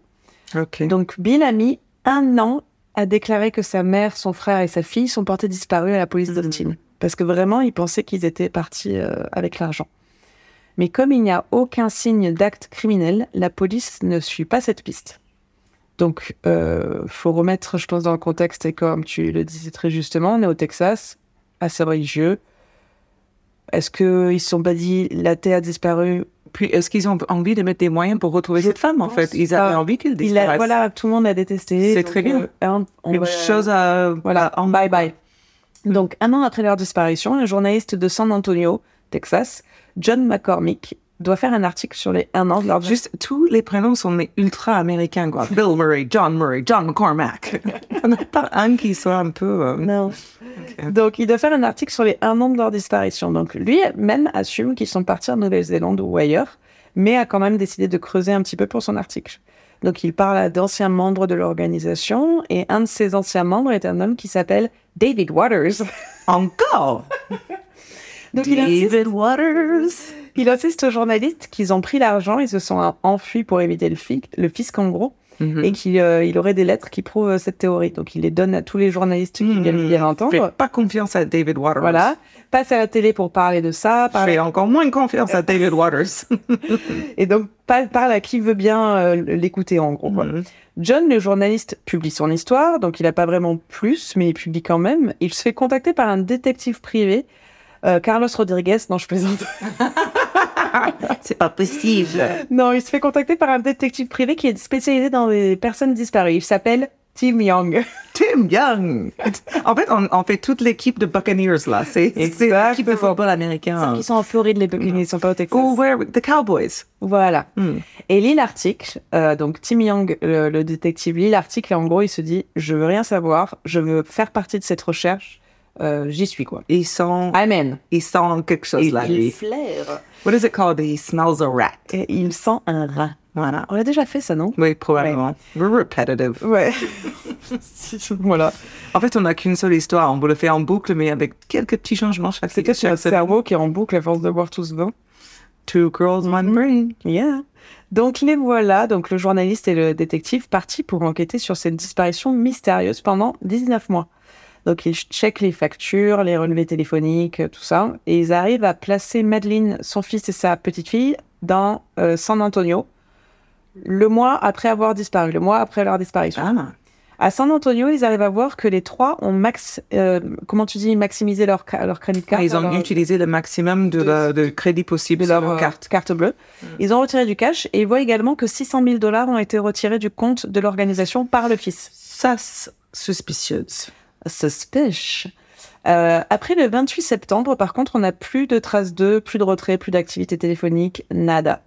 Ok. Donc, Bill a mis un an à déclarer que sa mère, son frère et sa fille sont portés disparus à la police Mhm. d'Austin. Parce que vraiment, il pensait qu'ils étaient partis euh, avec l'argent. Mais comme il n'y a aucun signe d'acte criminel, la police ne suit pas cette piste. Donc, euh, faut remettre, je pense, dans le contexte, et comme tu le disais très justement, on est au Texas, assez religieux. Est-ce qu'ils se sont pas dit, la terre a disparu Puis, est-ce qu'ils ont envie de mettre des moyens pour retrouver Je cette femme, en pense fait Ils avaient pas. envie qu'elle Il a, disparaisse. Voilà, tout le monde l'a détesté. C'est donc, très bien. euh, hein, on- Une chose à. Voilà, en bye bye. Donc, un an après leur disparition, le journaliste de San Antonio, Texas, John McCormick, doit faire un article sur les un an de leur job. Juste, tous les prénoms sont les ultra américains, quoi. Bill Murray, John Murray, John McCormack. On n'a pas un qui soit un peu. euh, Non. Donc, il doit faire un article sur les un an de leur disparition. Donc, lui-même assume qu'ils sont partis en Nouvelle-Zélande ou ailleurs, mais a quand même décidé de creuser un petit peu pour son article. Donc, il parle à d'anciens membres de l'organisation, et un de ses anciens membres est un homme qui s'appelle David Waters. Encore Donc, il insiste, David Waters. il insiste aux journalistes qu'ils ont pris l'argent, ils se sont enfuis pour éviter le, fi- le fisc, en gros, Mm. et qu'il euh, il aurait des lettres qui prouvent euh, cette théorie. Donc, il les donne à tous les journalistes qui viennent Mhm. bien entendre. Fais pas confiance à David Waters. Voilà, passe à la télé pour parler de ça, Je parler fais encore moins confiance à David Waters. Et donc, pa- parle à qui veut bien euh, l'écouter, en gros. quoi. Mhm. John, le journaliste, publie son histoire, donc il n'a pas vraiment plus, mais il publie quand même. Il se fait contacter par un détective privé, euh, Carlos Rodriguez, non, je plaisante. C'est pas possible. non, il se fait contacter par un détective privé qui est spécialisé dans les personnes disparues. Il s'appelle Tim Young. Tim Young. En fait, on, on fait toute l'équipe de Buccaneers là. C'est c'est l'équipe de football américain. Ils sont en Floride, les Buccaneers, ils sont pas au Texas. Ou where the Cowboys. Voilà. Hmm. Et lit l'article. Euh, donc Tim Young, le, le détective, lit l'article et en gros, il se dit Je veux rien savoir, je veux faire partie de cette recherche, euh, j'y suis quoi. Ils sont, Amen. ils sont quelque chose là. lui. flaire. What is it called? He smells a rat. Et il sent un rat. Voilà. On l'a déjà fait ça, non Oui, probablement. We're repetitive. Ouais. voilà. En fait, on n'a qu'une seule histoire. On vous le fait en boucle, mais avec quelques petits changements chaque C'est peut-être chaque notre cerveau qui est en boucle à force de boire tout ce vin. Two girls, one brain. Yeah. Donc les voilà, donc le journaliste et le détective partis pour enquêter sur cette disparition mystérieuse pendant 19 mois. Donc ils checkent les factures, les relevés téléphoniques, euh, tout ça, et ils arrivent à placer Madeleine, son fils et sa petite-fille dans euh, San Antonio le mois après avoir disparu, le mois après leur disparition. Ah. À San Antonio, ils arrivent à voir que les trois ont max, euh, comment tu dis, maximisé leur, ca- leur crédit card. Ah, Ils ont leur- utilisé le maximum de, de- la- de crédit possible de sur leur leur euh, carte. carte, bleue. Ils ont retiré du cash et ils voient également que 600 000 dollars ont été retirés du compte de l'organisation par le fils. Ça, c'est suspicieuse. Suspicious. Euh, après le 28 septembre, par contre, on n'a plus de traces d'eux, plus de retrait, plus d'activité téléphonique, nada.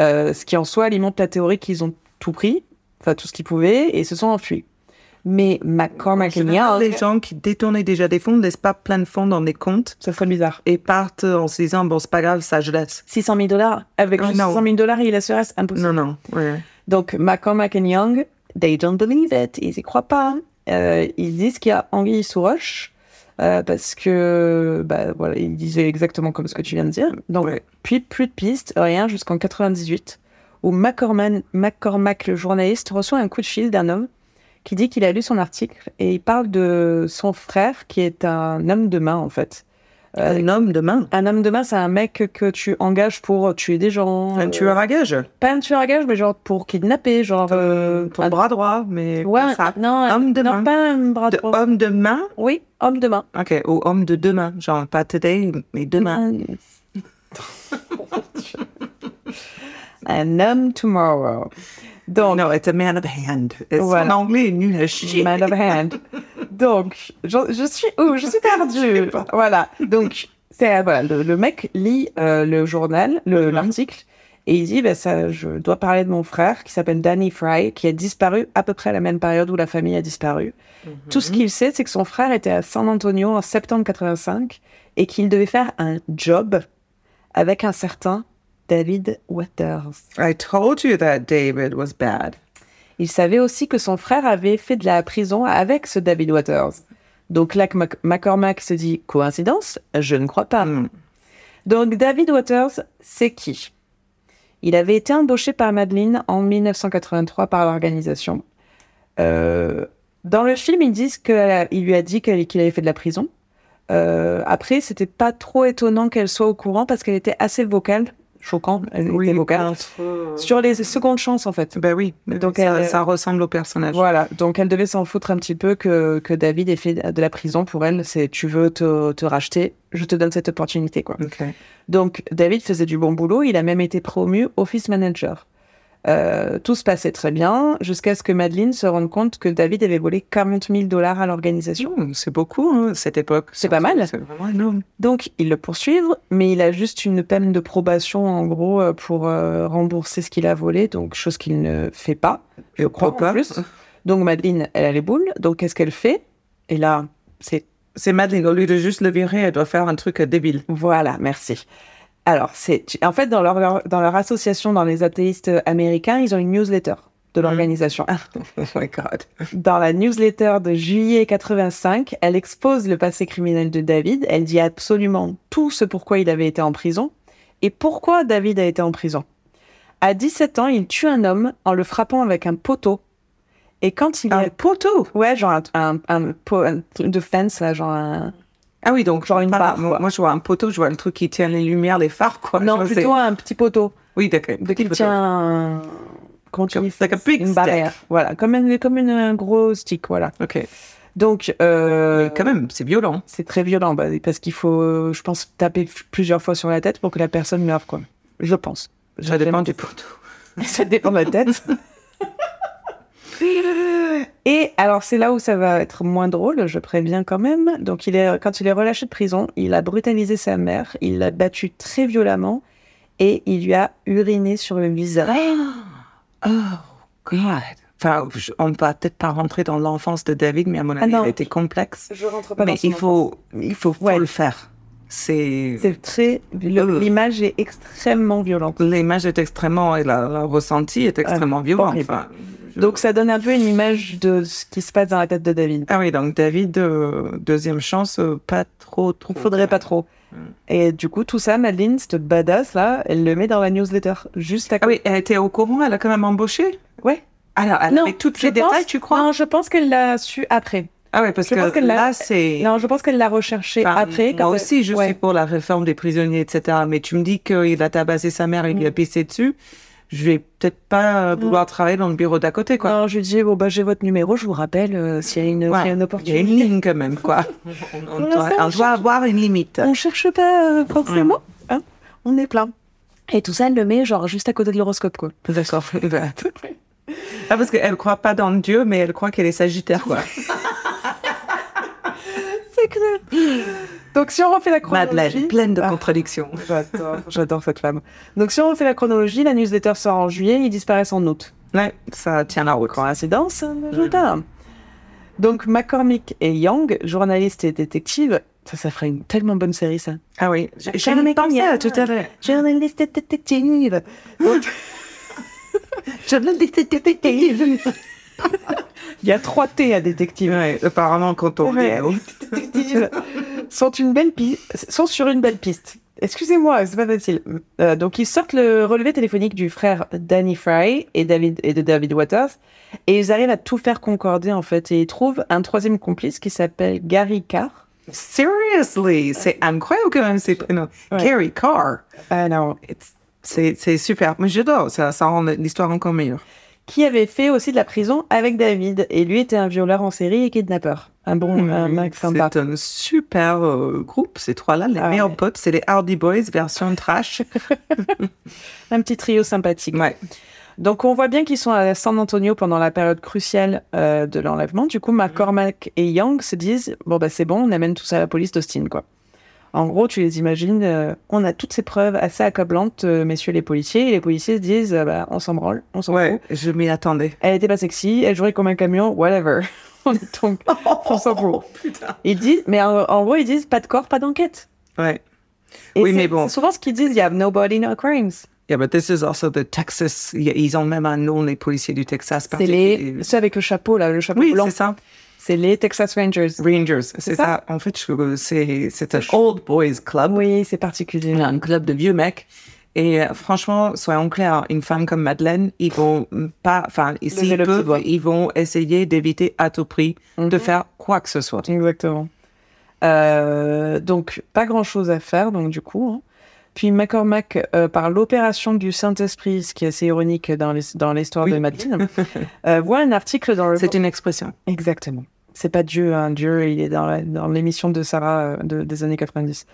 Euh, ce qui en soi alimente la théorie qu'ils ont tout pris, enfin tout ce qu'ils pouvaient, et se sont enfuis. Mais McCormack et Les Young, gens qui détournaient déjà des fonds ne laissent pas plein de fonds dans les comptes ça serait bizarre. et partent en se disant, bon, c'est pas grave, ça, je laisse. 600 000 dollars avec Oh, juste non. 600 000 dollars, il assurance impossible. Non, non, ouais. Donc, McCormack et Young, they don't believe it, ils y croient pas. Euh, ils disent qu'il y a anguille sous roche, euh, parce que, bah, voilà, ils disaient exactement comme ce que tu viens de dire. Donc, Ouais. puis plus de pistes, rien, jusqu'en 98, où McCorman- McCormack, le journaliste, reçoit un coup de fil d'un homme qui dit qu'il a lu son article et il parle de son frère, qui est un homme de main, en fait. Euh, Un homme de main. un homme de main, c'est un mec que tu engages pour tuer des gens. Un euh, tueur à gage. pas un tueur à gage, mais genre pour kidnapper, genre. euh, Ton un- bras droit, mais Ouais, comme ça. non, un- Homme de non, main. pas un bras De droit. homme de main, Oui, homme de main. ok, ou homme de demain, genre pas today, mais demain. Un homme tomorrow. Donc, No, it's a man of hand. Et Son Voilà. anglais est nul à chier. man of hand. Donc, je, je suis où Je suis perdue. voilà. Donc, c'est euh, voilà, le, le mec lit euh, le journal, le- l'article, et il dit, bah, ça, je dois parler de mon frère qui s'appelle Danny Fry, qui a disparu à peu près à la même période où la famille a disparu. Tout ce qu'il sait, c'est que son frère était à San Antonio en septembre 85 et qu'il devait faire un job avec un certain David Waters. I told you that David was bad. Il savait aussi que son frère avait fait de la prison avec ce David Waters. Donc là, que Mac- McCormack se dit coïncidence Je ne crois pas. Mm. Donc David Waters, c'est qui Il avait été embauché par Madeleine en 1983 par l'organisation. Euh, dans le film, ils disent qu'il lui a dit qu'elle- qu'il avait fait de la prison. Euh, après, c'était pas trop étonnant qu'elle soit au courant parce qu'elle était assez vocale, choquant, elle était vocale, euh, sur les secondes chances en fait. Ben oui, donc Donc ça, elle- ça ressemble au personnage. Voilà, donc elle devait s'en foutre un petit peu que, que David ait fait de la prison pour elle. C'est tu veux te, te racheter, je te donne cette opportunité. quoi. Ok. Donc David faisait du bon boulot, il a même été promu office manager. Euh, tout se passait très bien jusqu'à ce que Madeleine se rende compte que David avait volé 40 000 dollars à l'organisation. Mmh, C'est beaucoup, hein, cette époque. C'est pas mal. C'est vraiment énorme. Donc, ils le poursuivent, mais il a juste une peine de probation, en gros, euh, pour euh, rembourser ce qu'il a volé, donc chose qu'il ne fait pas. Je crois en plus. Donc, Madeleine, elle a les boules, donc qu'est-ce qu'elle fait Et là, c'est C'est Madeleine, au lieu de juste le virer, elle doit faire un truc euh, débile. Voilà, merci. Alors, c'est tu- en fait dans leur, leur- dans leur association, dans les athéistes américains, ils ont une newsletter Mhm. de l'organisation. Oh my god. Dans la newsletter de juillet 85, elle expose le passé criminel de David. Elle dit absolument tout ce pourquoi il avait été en prison et pourquoi David a été en prison. À 17 ans, il tue un homme en le frappant avec un poteau. Et quand il Un est... poteau Ouais, genre un, un, un po- un truc de fence, là, genre un... Ah oui, donc Genre une pas- barre, Moi, quoi. moi, je vois un poteau, je vois le truc qui tient les lumières, les phares, quoi. Je Non, vois, Ah, c'est- plutôt un petit poteau. Oui, d'accord. de Petit qu'il poteau. tient un... Comment tu Comme- dis like a big Une stick. barrière. Voilà, comme, une, comme une, un gros stick, voilà. Ok. Donc, euh, Quand même, c'est violent. c'est très violent bah, parce qu'il faut, euh, je pense, taper f- plusieurs fois sur la tête pour que la personne meure, quoi. Je pense. Ça dépend du poteau. Ça dépend de la tête. Et alors, c'est là où ça va être moins drôle, je préviens quand même. Donc, il est, quand il est relâché de prison, il a brutalisé sa mère, il l'a battue très violemment et il lui a uriné sur le visage. Oh, God. Enfin, je- on ne va peut-être pas rentrer dans l'enfance de David, mais à mon avis, Ah non. elle était complexe. Je rentre mais il faut, il faut, faut Ouais. le faire. C'est. C'est très. le- L'image est extrêmement violente. L'image est extrêmement. Et la, la ressenti est extrêmement violente. Euh, horrible. Enfin, je- Donc, ça donne un peu une image de ce qui se passe dans la tête de David. Ah oui, donc David, euh, deuxième chance, euh, pas trop, trop. Il faudrait pas trop. Mm. Et du coup, tout ça, Madeleine, cette badass là, elle le met dans la newsletter juste à Ah oui, elle était au courant, elle a quand même embauché Ouais. Alors, elle Non, avec tous je les pense- détails, tu crois Non, je pense qu'elle l'a su après. Ah oui, parce je que pense qu'elle l'a- là, c'est. Non, je pense qu'elle l'a recherché Enfin, après. moi aussi, je ouais. suis pour la réforme des prisonniers, etc. Mais tu me dis qu'il a tabassé sa mère et Mm. qu'il a pissé dessus. Je vais peut-être pas euh, vouloir travailler dans le bureau d'à côté, quoi. Non, je lui dis bon bah j'ai votre numéro, je vous rappelle euh, s'il y a une, Ouais. s'il Il y y a une a une opportunité. ligne quand même, quoi. on, on Pour doit, l'instant, on je- doit avoir une limite. On cherche pas euh, forcément, hein. On est plein. Et tout ça, elle le met genre juste à côté de l'horoscope quoi. D'accord. Bah, ah, parce qu'elle croit pas dans Dieu, mais elle croit qu'elle est sagittaire, quoi. C'est clair. Donc si on refait la chronologie, Madeleine, pleine de Ah. contradictions. J'adore, j'adore cette femme. Donc si on refait la chronologie, la newsletter sort en juillet, ils disparaissent en août. Ouais, ça tient la route. Coïncidence, résultat. Donc McCormick et Young, journaliste et détective, ça, ça ferait une tellement bonne série, ça. Ah oui, j'ai jamais jamais pensé connu. à tout à l'heure. Journaliste et détective. Il y a trois T à détective. Ouais, euh, apparemment, quand on Ouais. Détective. sont, une belle pi- sont sur une belle piste. Excusez-moi, c'est pas facile. Euh, donc ils sortent le relevé téléphonique du frère Danny Fry et, David, et de David Waters et ils arrivent à tout faire concorder en fait et ils trouvent un troisième complice qui s'appelle Gary Carr. Seriously, c'est incroyable quand même ces prénoms. Ouais. Gary Carr, Alors, It's- c'est c'est super. Mais j'adore, ça, ça rend l'histoire encore meilleure. qui avait fait aussi de la prison avec David. Et lui était un violeur en série et kidnappeur. Un bon, un mec sympa. C'est un super euh, groupe, ces trois-là, les Ah meilleurs ouais. potes, c'est les Hardy Boys version trash. Un petit trio sympathique. ouais. Donc on voit bien qu'ils sont à San Antonio pendant la période cruciale euh, de l'enlèvement. Du coup, Mhm. McCormack et Young se disent bon bah c'est bon, on amène tout ça à la police d'Austin quoi. En gros, tu les imagines, euh, on a toutes ces preuves assez accablantes, euh, messieurs les policiers, et les policiers se disent euh, bah on s'en branle, on s'en fout. ouais, je m'y attendais. Elle était pas sexy, elle jouait comme un camion, whatever. on est donc on s'en fout. putain. Ils disent, mais en, en gros ils disent pas de corps, pas d'enquête. Ouais. Et Oui, c'est- mais bon. C'est souvent ce qu'ils disent, il y a nobody, no crimes. Yeah, but this is also the Texas. y- Ils ont même un nom, les policiers du Texas. C'est particulier- les, ceux avec le chapeau, là, le chapeau Oui, blanc. c'est ça. C'est les Texas Rangers. Rangers, c'est ça. ça. En fait, je- c'est c'est un old boys club. Oui, c'est particulier. Il y a un club de vieux mecs. Et euh, franchement, soyons clairs, une femme comme Madeleine, ils vont pas, enfin, s'ils Lever le petit peuvent, doigt. ils vont essayer d'éviter à tout prix de Mhm. faire quoi que ce soit. Exactement. Euh, donc, pas grand-chose à faire, donc du coup. hein. Puis McCormack, euh, par l'opération du Saint-Esprit, ce qui est assez ironique dans les- dans l'histoire Oui. de Madeleine, euh, voit un article dans le... C'est une expression. Exactement. C'est pas Dieu, hein. Dieu, il est dans la- dans l'émission de Sarah euh, de- des années 90.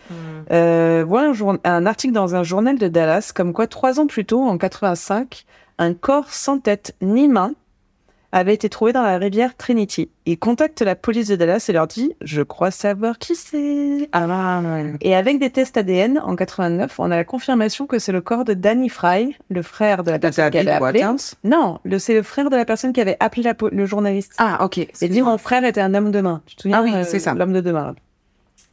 Euh, voit un, jour- un article dans un journal de Dallas comme quoi trois ans plus tôt, en 85, Un corps sans tête ni main avait été trouvé dans la rivière Trinity. Il contacte la police de Dallas et leur dit Je crois savoir qui c'est. Ah, Et avec des tests ADN en 89, on a la confirmation que c'est le corps de Danny Fry, le frère de la personne qui avait appelé. Non, le- c'est le frère de la personne qui avait appelé la po- le journaliste. Ah, ok. Et dit mon frère était un homme de main. Tu te souviens Ah oui, euh, c'est ça. L'homme de demain.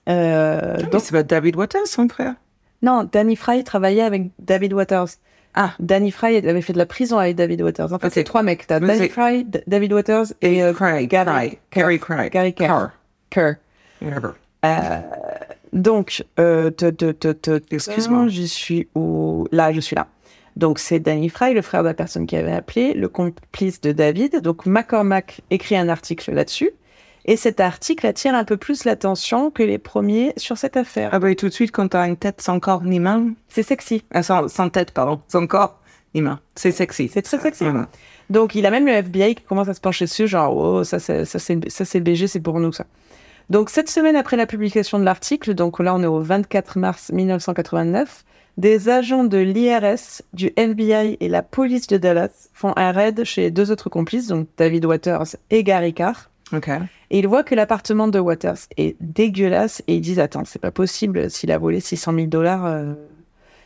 Euh, Ah, mais donc, c'est pas David Waters, son frère. non, Danny Fry travaillait avec David Waters. Ah. Danny Fry avait fait de la prison avec David Waters. En fait, Ok. c'est trois mecs. T'as Mais Danny c'est- Fry, D- David Waters et euh, Cry, Gary- Cry, Gary Cry, Gary Kerr. Carr, Kerr. Euh, whatever. Donc, euh, te- te- te- te- Excuse-moi. Je suis où Là, je suis là. Donc, c'est Danny Fry, le frère de la personne qui avait appelé, le complice de David. Donc, McCormack écrit un article là-dessus. Et cet article attire un peu plus l'attention que les premiers sur cette affaire. Ah bah et tout de suite, quand t'as une tête sans corps ni main, C'est sexy. ah, sans, sans tête, pardon, sans corps ni main, c'est sexy. C'est très sexy. Voilà. Donc, il a même le FBI qui commence à se pencher dessus, genre, oh, ça, c'est, ça, c'est, ça, c'est le BG, c'est pour nous, ça. Donc, cette semaine après la publication de l'article, donc là, on est au 24 mars 1989, des agents de l'IRS, du FBI et la police de Dallas font un raid chez deux autres complices, donc David Waters et Gary Carr. Ok. Et ils voient que l'appartement de Waters est dégueulasse et ils disent Attends, c'est pas possible, s'il a volé 600 000 dollars, euh,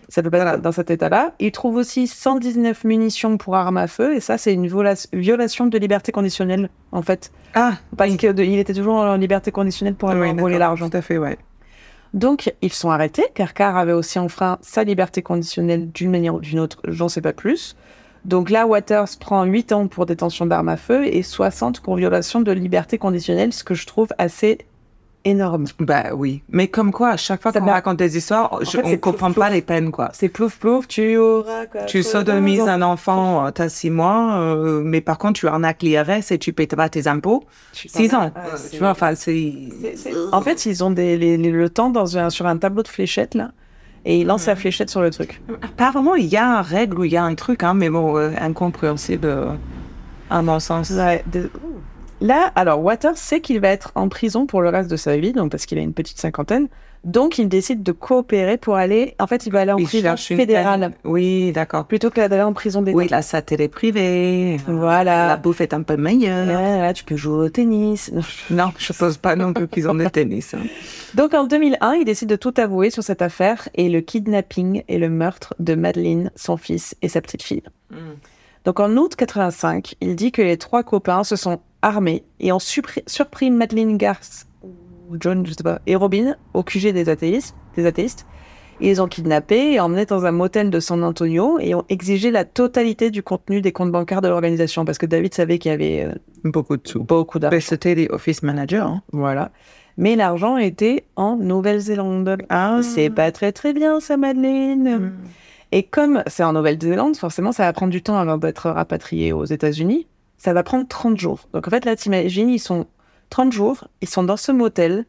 ça peut pas être dans cet état-là. Ils trouvent aussi 119 munitions pour armes à feu et ça, c'est une vola- violation de liberté conditionnelle, en fait. Ah, Parce qu'il était toujours en liberté conditionnelle pour avoir oui, volé d'accord, l'argent. Tout à fait, ouais. Donc, ils sont arrêtés. Carcar avait aussi enfreint sa liberté conditionnelle d'une manière ou d'une autre, j'en sais pas plus. Donc là, Waters prend 8 ans pour détention d'armes à feu et 60 pour violation de liberté conditionnelle, ce que je trouve assez énorme. Bah oui. Mais comme quoi, à chaque fois Ça qu'on m'a- raconte des histoires, je- fait, on c'est comprend plouf, pas les peines, quoi. C'est plouf plouf, tu auras quoi Tu sodomises un enfant, euh, t'as six mois, euh, mais par contre, tu arnaques l'IRS et tu payes pas tes impôts. Six ans. Ah, tu vois, enfin, c'est. En fait, ils ont des- les- les- le temps dans un- sur un tableau de fléchettes, là, et ils lancent la fléchette sur le truc. Apparemment, il y a une règle ou il y a un truc, hein, mais bon, euh, incompréhensible euh, à mon sens. Ouais, de- Là, alors Waters sait qu'il va être en prison pour le reste de sa vie, donc parce qu'il a une petite cinquantaine. Donc il décide de coopérer pour aller. En fait, il va aller en Il prison cherche une fédérale peine. Oui, d'accord. plutôt que d'aller en prison d'État. Oui, la sa télé privée. euh, La Voilà. bouffe est un peu Ouais, meilleure. là, tu peux jouer au tennis. Non, je suppose pas non plus qu'ils ont des tennis. hein. Donc en 2001, il décide de tout avouer sur cette affaire et le kidnapping et le meurtre de Madeleine, son fils et sa petite fille. Mm. Donc en août 85, il dit que les trois copains se sont armés et ont suppré- surpris Madeleine Garce, ou John, je sais pas, et Robin au QG des athéistes. Des athéistes. Ils les ont kidnappés et emmenés dans un motel de San Antonio et ont exigé la totalité du contenu des comptes bancaires de l'organisation parce que David savait qu'il y avait euh, Beaucoup de sous. beaucoup d'argent. Ben, C'était les office managers. hein. Voilà. Mais l'argent était en Nouvelle-Zélande. Ah, C'est pas très très bien ça, Madeleine. Mm. Et comme c'est en Nouvelle-Zélande, forcément, ça va prendre du temps avant d'être rapatrié aux États-Unis. Ça va prendre 30 jours. Donc en fait, là, t'imagines, ils sont 30 jours, ils sont dans ce motel,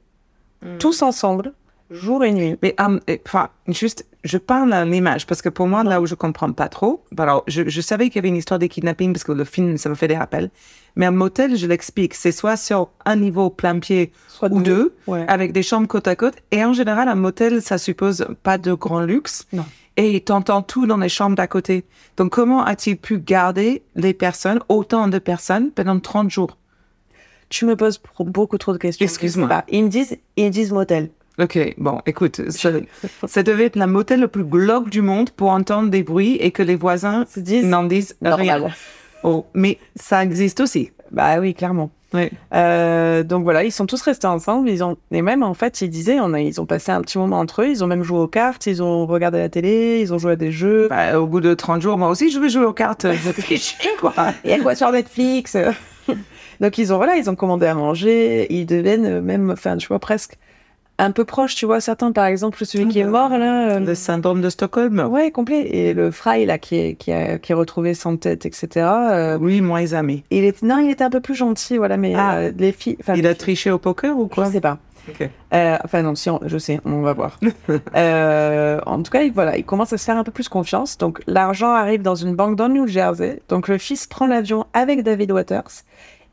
Hmm. tous ensemble, jour et nuit. Mais hum, et, enfin, juste, je parle en image parce que pour moi, là où je comprends pas trop, bah alors je, je savais qu'il y avait une histoire de kidnapping parce que le film, ça me fait des rappels. Mais un motel, je l'explique, c'est soit sur un niveau plein pied Soit ou deux, Ouais. avec des chambres côte à côte. Et en général, un motel, ça suppose pas de grand luxe. Non. Et t'entends tout dans les chambres d'à côté. Donc, comment a-t-il pu garder les personnes, autant de personnes, pendant 30 jours? Tu me poses pro- beaucoup trop de questions. Excuse-moi. Je sais pas. Ils me disent, ils me disent motel. Ok, bon, écoute, ça, ça devait être la motel le plus glauque du monde pour entendre des bruits et que les voisins Ils se disent, n'en disent rien. normal. Oh, mais ça existe aussi. Bah oui, clairement. Oui. Euh, donc voilà, ils sont tous restés ensemble. Ils ont et même en fait, ils disaient, on a, ils ont passé un petit moment entre eux. Ils ont même joué aux cartes, ils ont regardé la télé, ils ont joué à des jeux. Bah, au bout de 30 jours, moi aussi, je vais jouer aux cartes. Je vais picher, quoi. Et à quoi sur Netflix Donc ils ont voilà, ils ont commandé à manger. Ils deviennent euh, même, enfin, tu vois, presque un peu proches. Tu vois, certains, par exemple, celui qui est mort là. euh, Ah bah Le syndrome de Stockholm. Ouais, complet. Et le Fry là, qui est qui, a- qui est retrouvé sans tête, etc. euh, Oui, moi, les amis. il est non, il était un peu plus gentil, voilà, mais Ah. euh, les filles. enfin, Il les a filles- triché au poker ou Je quoi sais pas. Ok. Euh, enfin non, si, on- je sais, on va voir. Euh, en tout cas, il- voilà, il commence à se faire un peu plus confiance. Donc l'argent arrive dans une banque dans le New Jersey. Donc le fils prend l'avion avec David Waters.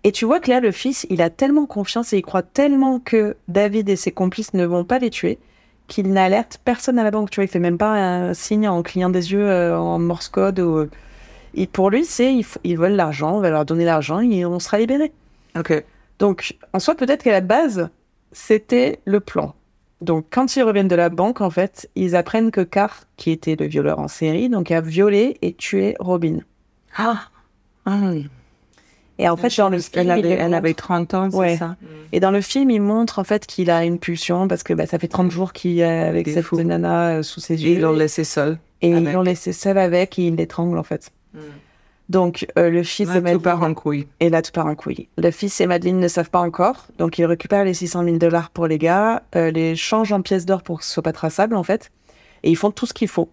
Et tu vois que là, le fils, il a tellement confiance et il croit tellement que David et ses complices ne vont pas les tuer qu'il n'alerte personne à la banque. Tu vois, il fait même pas un signe en clignant des yeux euh, en Morse code. Ou... Et pour lui, c'est ils, f- ils veulent l'argent, on va leur donner l'argent et on sera libérés. Ok. Donc, en soi, peut-être qu'à la base, c'était le plan. Donc, quand ils reviennent de la banque, en fait, ils apprennent que Carr, qui était le violeur en série, donc a violé et tué Robin. Ah. Ah oui. Et en fait, dans le film, Elle il avait, le elle montre. avait 30 ans, c'est Ouais. ça Et dans le film, il montre en fait qu'il a une pulsion parce que bah, ça fait 30 jours qu'il est avec Des cette fous. nana euh, sous ses Et yeux. ils l'ont laissé seul. et ils avec. l'ont laissé seul avec et il l'étrangle en fait. Donc euh, le fils de Tout Madeline part en couille. et là tout part en couille. Le fils et Madeline ne savent pas encore, donc ils récupèrent les 600 000 dollars pour les gars, euh, les changent en pièces d'or pour que ce soit pas traçable en fait, et ils font tout ce qu'il faut.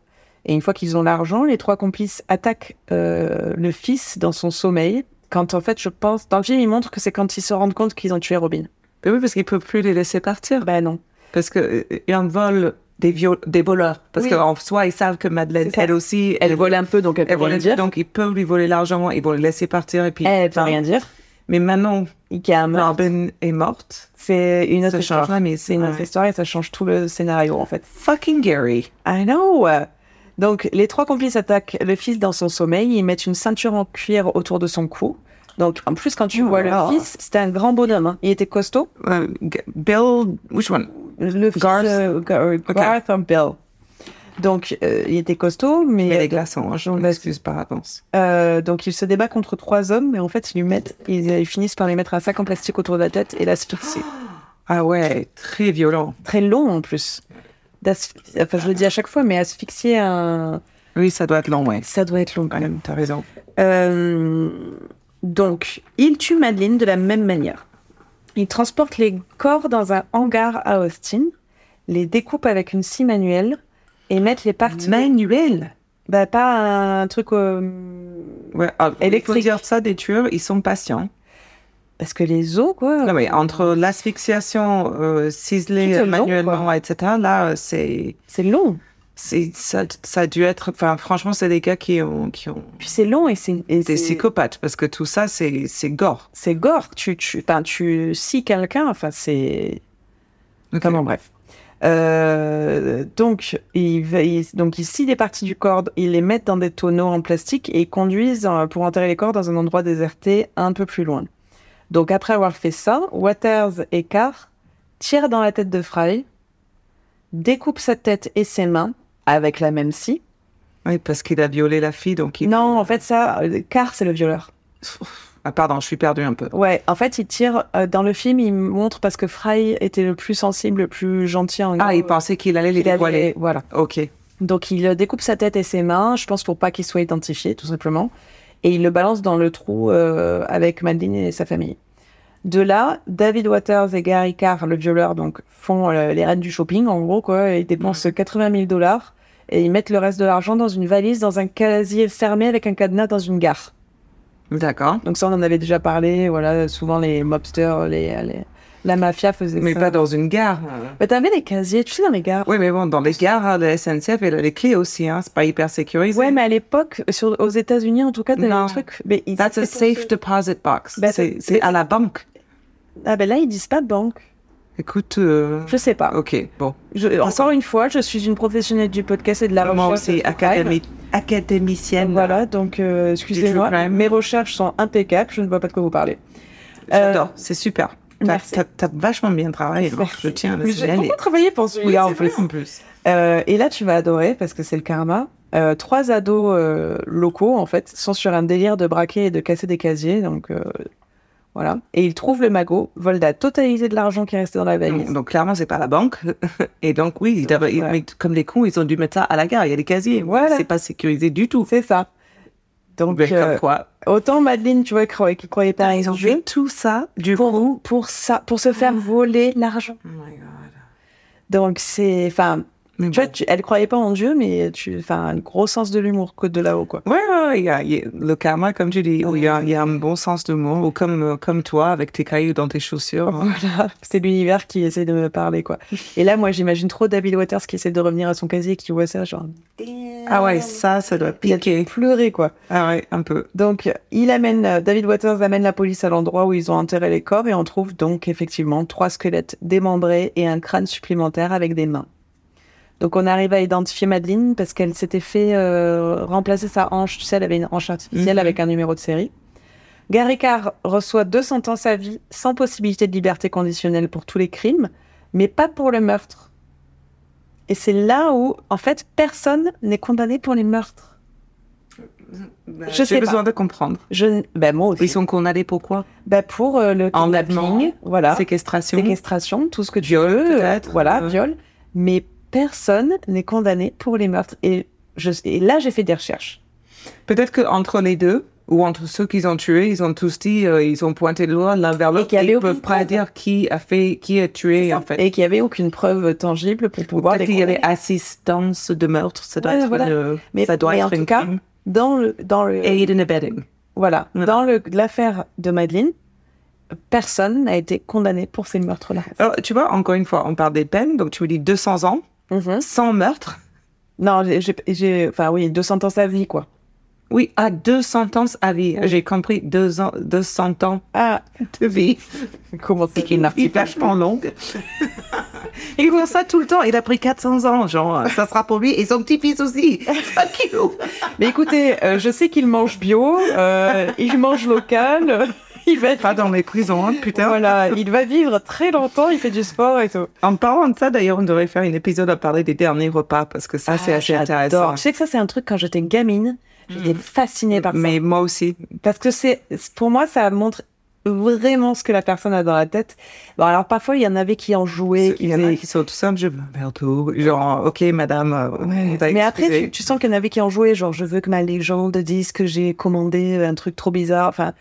Et une fois qu'ils ont l'argent, les trois complices attaquent euh, le fils dans son sommeil. Quand en fait, je pense, dans le film, ils montrent que c'est quand ils se rendent compte qu'ils ont tué Robin. Mais oui, parce qu'ils ne peuvent plus les laisser partir. Ben non. Parce que euh, ils en volent des, viol- des voleurs. Parce Oui. qu'en soi, ils savent que Madeleine, C'est ça. elle aussi, Elle vole un peu, donc elle peut elle vole rien dire. Donc, ils peuvent lui voler l'argent, ils vont le laisser partir. Et puis, Elle peut rien dire. Mais maintenant, Il y a un meurtre. Robin est morte. C'est une autre Ça change histoire. rien, mais C'est une autre ouais. histoire et ça change tout le scénario en fait. Fucking Gary. I know. Donc les trois complices attaquent le fils dans son sommeil. Ils mettent une ceinture en cuir autour de son cou. Donc en plus quand tu vois le là. fils, c'était un grand bonhomme. hein. Il était costaud. Euh, G- Bill, which one? Le fils, Garth. euh, Gar- euh, Ok. Garth or Bill. Donc euh, il était costaud, Mais les mais glaçons, hein. je m'excuse par avance. euh, donc il se débat contre trois hommes, mais en fait ils lui mettent, ils, euh, ils finissent par lui mettre un sac en plastique autour de la tête et l'asphyxier. Ah ouais, très violent. très long en plus. D'asphy- Enfin, je le dis à chaque fois, mais asphyxier un. Oui, ça doit être long, ouais. Ça doit être long quand Ouais, même. T'as raison. Euh, Donc, il tue Madeleine de la même manière. Il transporte les corps dans un hangar à Austin, les découpe avec une scie manuelle et met les parties. Manuel. Bah, pas un truc. euh, Ouais, ah, il faut Électrique. dire ça des tueurs, ils sont patients. Parce que les os, quoi. Non, mais entre l'asphyxiation, euh, ciselée Tout est long, manuellement, etc., là, euh, c'est, C'est long. c'est, ça, ça a dû être, enfin, franchement, c'est des gars qui ont, qui ont Puis c'est long et c'est. et des c'est- psychopathes, parce que tout ça, c'est, c'est gore. C'est gore. Tu, tu, enfin, tu scies quelqu'un. Enfin, c'est. Ok. Enfin bon, bref. Euh, donc, il va- il- donc, ils scient des parties du corps, ils les mettent dans des tonneaux en plastique et ils conduisent euh, pour enterrer les corps dans un endroit déserté un peu plus loin. Donc, après avoir fait ça, Waters et Carr tirent dans la tête de Fry, découpent sa tête et ses mains avec la même scie. Oui, parce qu'il a violé la fille, donc il... Non, en fait, ça, euh, Carr, c'est le violeur. Ah, pardon, je suis perdu un peu. Ouais, en fait, il tire. euh, dans le film, il montre parce que Fry était le plus sensible, le plus gentil en Ah, il gros, pensait qu'il allait les euh, qu'il avait- dévoiler. Voilà. Ok. Donc il euh, découpe sa tête et ses mains, je pense pour pas qu'il soit identifié, tout simplement. Et il le balance dans le trou euh, avec Madeline et sa famille. De là, David Waters et Gary Carr, le violeur, donc, font euh, les rênes du shopping, en gros, quoi. Ils dépensent 80 000 dollars et ils mettent le reste de l'argent dans une valise, dans un casier fermé avec un cadenas dans une gare. D'accord. Donc ça, on en avait déjà parlé. Voilà, souvent les mobsters, les, les- la mafia faisait Mais ça. pas dans une gare. Mais t'avais des casiers, tu sais, dans les gares. Oui, mais bon, dans les gares, euh, la SNCF, elle a les clés aussi, hein. C'est pas hyper sécurisé. Ouais, mais à l'époque, sur, aux États-Unis, en tout cas, t'avais Non. un truc. Mais ils- That's a c'était pour safe deposit box. Bah, c'est, c'est- c'est à la banque. ce- Ah ben là, ils disent pas banque. Écoute, euh, Je sais pas. ok, bon. Je- encore une fois, je suis une professionnelle du podcast et de la Moi recherche. aussi, sur le crime. académi- académicienne. Voilà, donc euh, Du true excusez-moi, crime. mes recherches sont impeccables, je ne vois pas de quoi vous parlez. J'adore, c'est super. T'as, euh, merci. t'as- t'as vachement bien travaillé, hein. Merci. je tiens à le Mais J'ai signaler. beaucoup travaillé pour celui-là en plus. en plus. Euh, et là, tu vas adorer parce que c'est le karma. Euh, trois ados euh, locaux, en fait, sont sur un délire de braquer et de casser des casiers. Donc, euh, voilà. Et ils trouvent le magot, volent la totalité de l'argent qui restait dans la valise. Donc clairement, c'est pas la banque. Et donc oui, ils doivent- ils- Ouais. mais comme les cons, ils ont dû mettre ça à la gare. Il y a des casiers. Voilà. C'est pas sécurisé du tout. C'est ça. Donc, Mais euh, Ben, comme quoi. autant Madeleine, tu vois, qui croyait, qui croyait pas à Ils ont Dieu, fait tout ça du pour, coup. pour ça, pour se faire voler l'argent. Oh my God. Donc, c'est. Enfin, Mais tu vois, bon. tu- elle croyait pas en Dieu, mais tu. Enfin, un gros sens de l'humour, que de là-haut, quoi. Ouais, ouais, ouais, il y a- il y a le karma, comme tu dis, où il y, a- il y a un bon sens de mot, ou comme, euh, comme toi, avec tes cailloux dans tes chaussures. hein. Voilà, c'est l'univers qui essaie de me parler, quoi. Et là, moi, j'imagine trop David Waters qui essaie de revenir à son casier, qui voit ça, genre, Ah ouais, ça, ça doit il a piquer. pleurer, quoi. Ah ouais, un peu. Donc, il amène, euh, David Waters amène la police à l'endroit où ils ont enterré les corps et on trouve donc effectivement trois squelettes démembrés et un crâne supplémentaire avec des mains. Donc on arrive à identifier Madeleine parce qu'elle s'était fait euh, remplacer sa hanche. Tu sais, elle avait une hanche artificielle Mhm. avec un numéro de série. Gary Carr reçoit 200 ans sa vie sans possibilité de liberté conditionnelle pour tous les crimes, mais pas pour le meurtre. Et c'est là où, en fait, personne n'est condamné pour les meurtres. Bah, Je J'ai sais pas. besoin de comprendre. Je, n- ben moi aussi. Ils sont condamnés pourquoi Ben pour euh, le Enlèvement, kidnapping, Ah. voilà, Séquestration. séquestration, tout ce que tu Viol, veux, euh, peut-être, voilà, euh. viol. Mais personne n'est condamné pour les meurtres. Et, je, et là, j'ai fait des recherches. Peut-être qu'entre les deux, ou entre ceux qu'ils ont tués, ils ont tous dit, euh, ils ont pointé le doigt l'un vers l'autre. qu'il y avait Ils ne aucune peuvent pas preuve. dire qui a fait, qui a tué, en fait. Et qu'il n'y avait aucune preuve tangible pour pouvoir Peut-être les qu'il y condamner. avait assistance de meurtre, ça doit Ouais, être voilà. une- Mais- ça doit mais en être tout une cas, crime. Dans le, dans le, Aid and abetting. voilà, Voilà. dans le, l'affaire de Madeleine, personne n'a été condamné pour ces meurtres-là. Alors, Oh, tu vois, encore une fois, on parle des peines, donc tu me dis 200 ans, Mhm. 100 meurtres. Non, j'ai- j'ai, j'ai- enfin oui, 200 ans sa vie, quoi. Oui, à 200 ans à vie. Oui. J'ai compris, deux ans, 200 ans Ah, de vie. comment c'est qu'il n'a Il est vachement longue. Il voit ça tout le temps. Il a pris 400 ans, genre. Ça sera pour lui et son petit-fils aussi. Fuck you. Mais écoutez, euh, je sais qu'il mange bio, euh, il mange local, euh, il va être- Pas dans les prisons, hein, putain. voilà, il va vivre très longtemps, il fait du sport et tout. En parlant de ça, d'ailleurs, on devrait faire un épisode à parler des derniers repas parce que ça, c'est assez intéressant. Ah, Mm. J'adore. Je sais que ça c'est un truc quand j'étais gamine, j'étais fascinée par ça. Mais moi aussi. Parce que c'est, c'est- pour moi, ça montre vraiment ce que la personne a dans la tête. Bon, alors parfois il y en avait qui en jouaient, qui Il y en a faisaient- qui sont tout seuls, je veux un verre d'eau. Genre, ok, madame. euh, on t'a Mais après, excusé. tu, tu sens qu'il y en avait qui en jouaient, genre je veux que ma légende dise que j'ai commandé un truc trop bizarre. Enfin,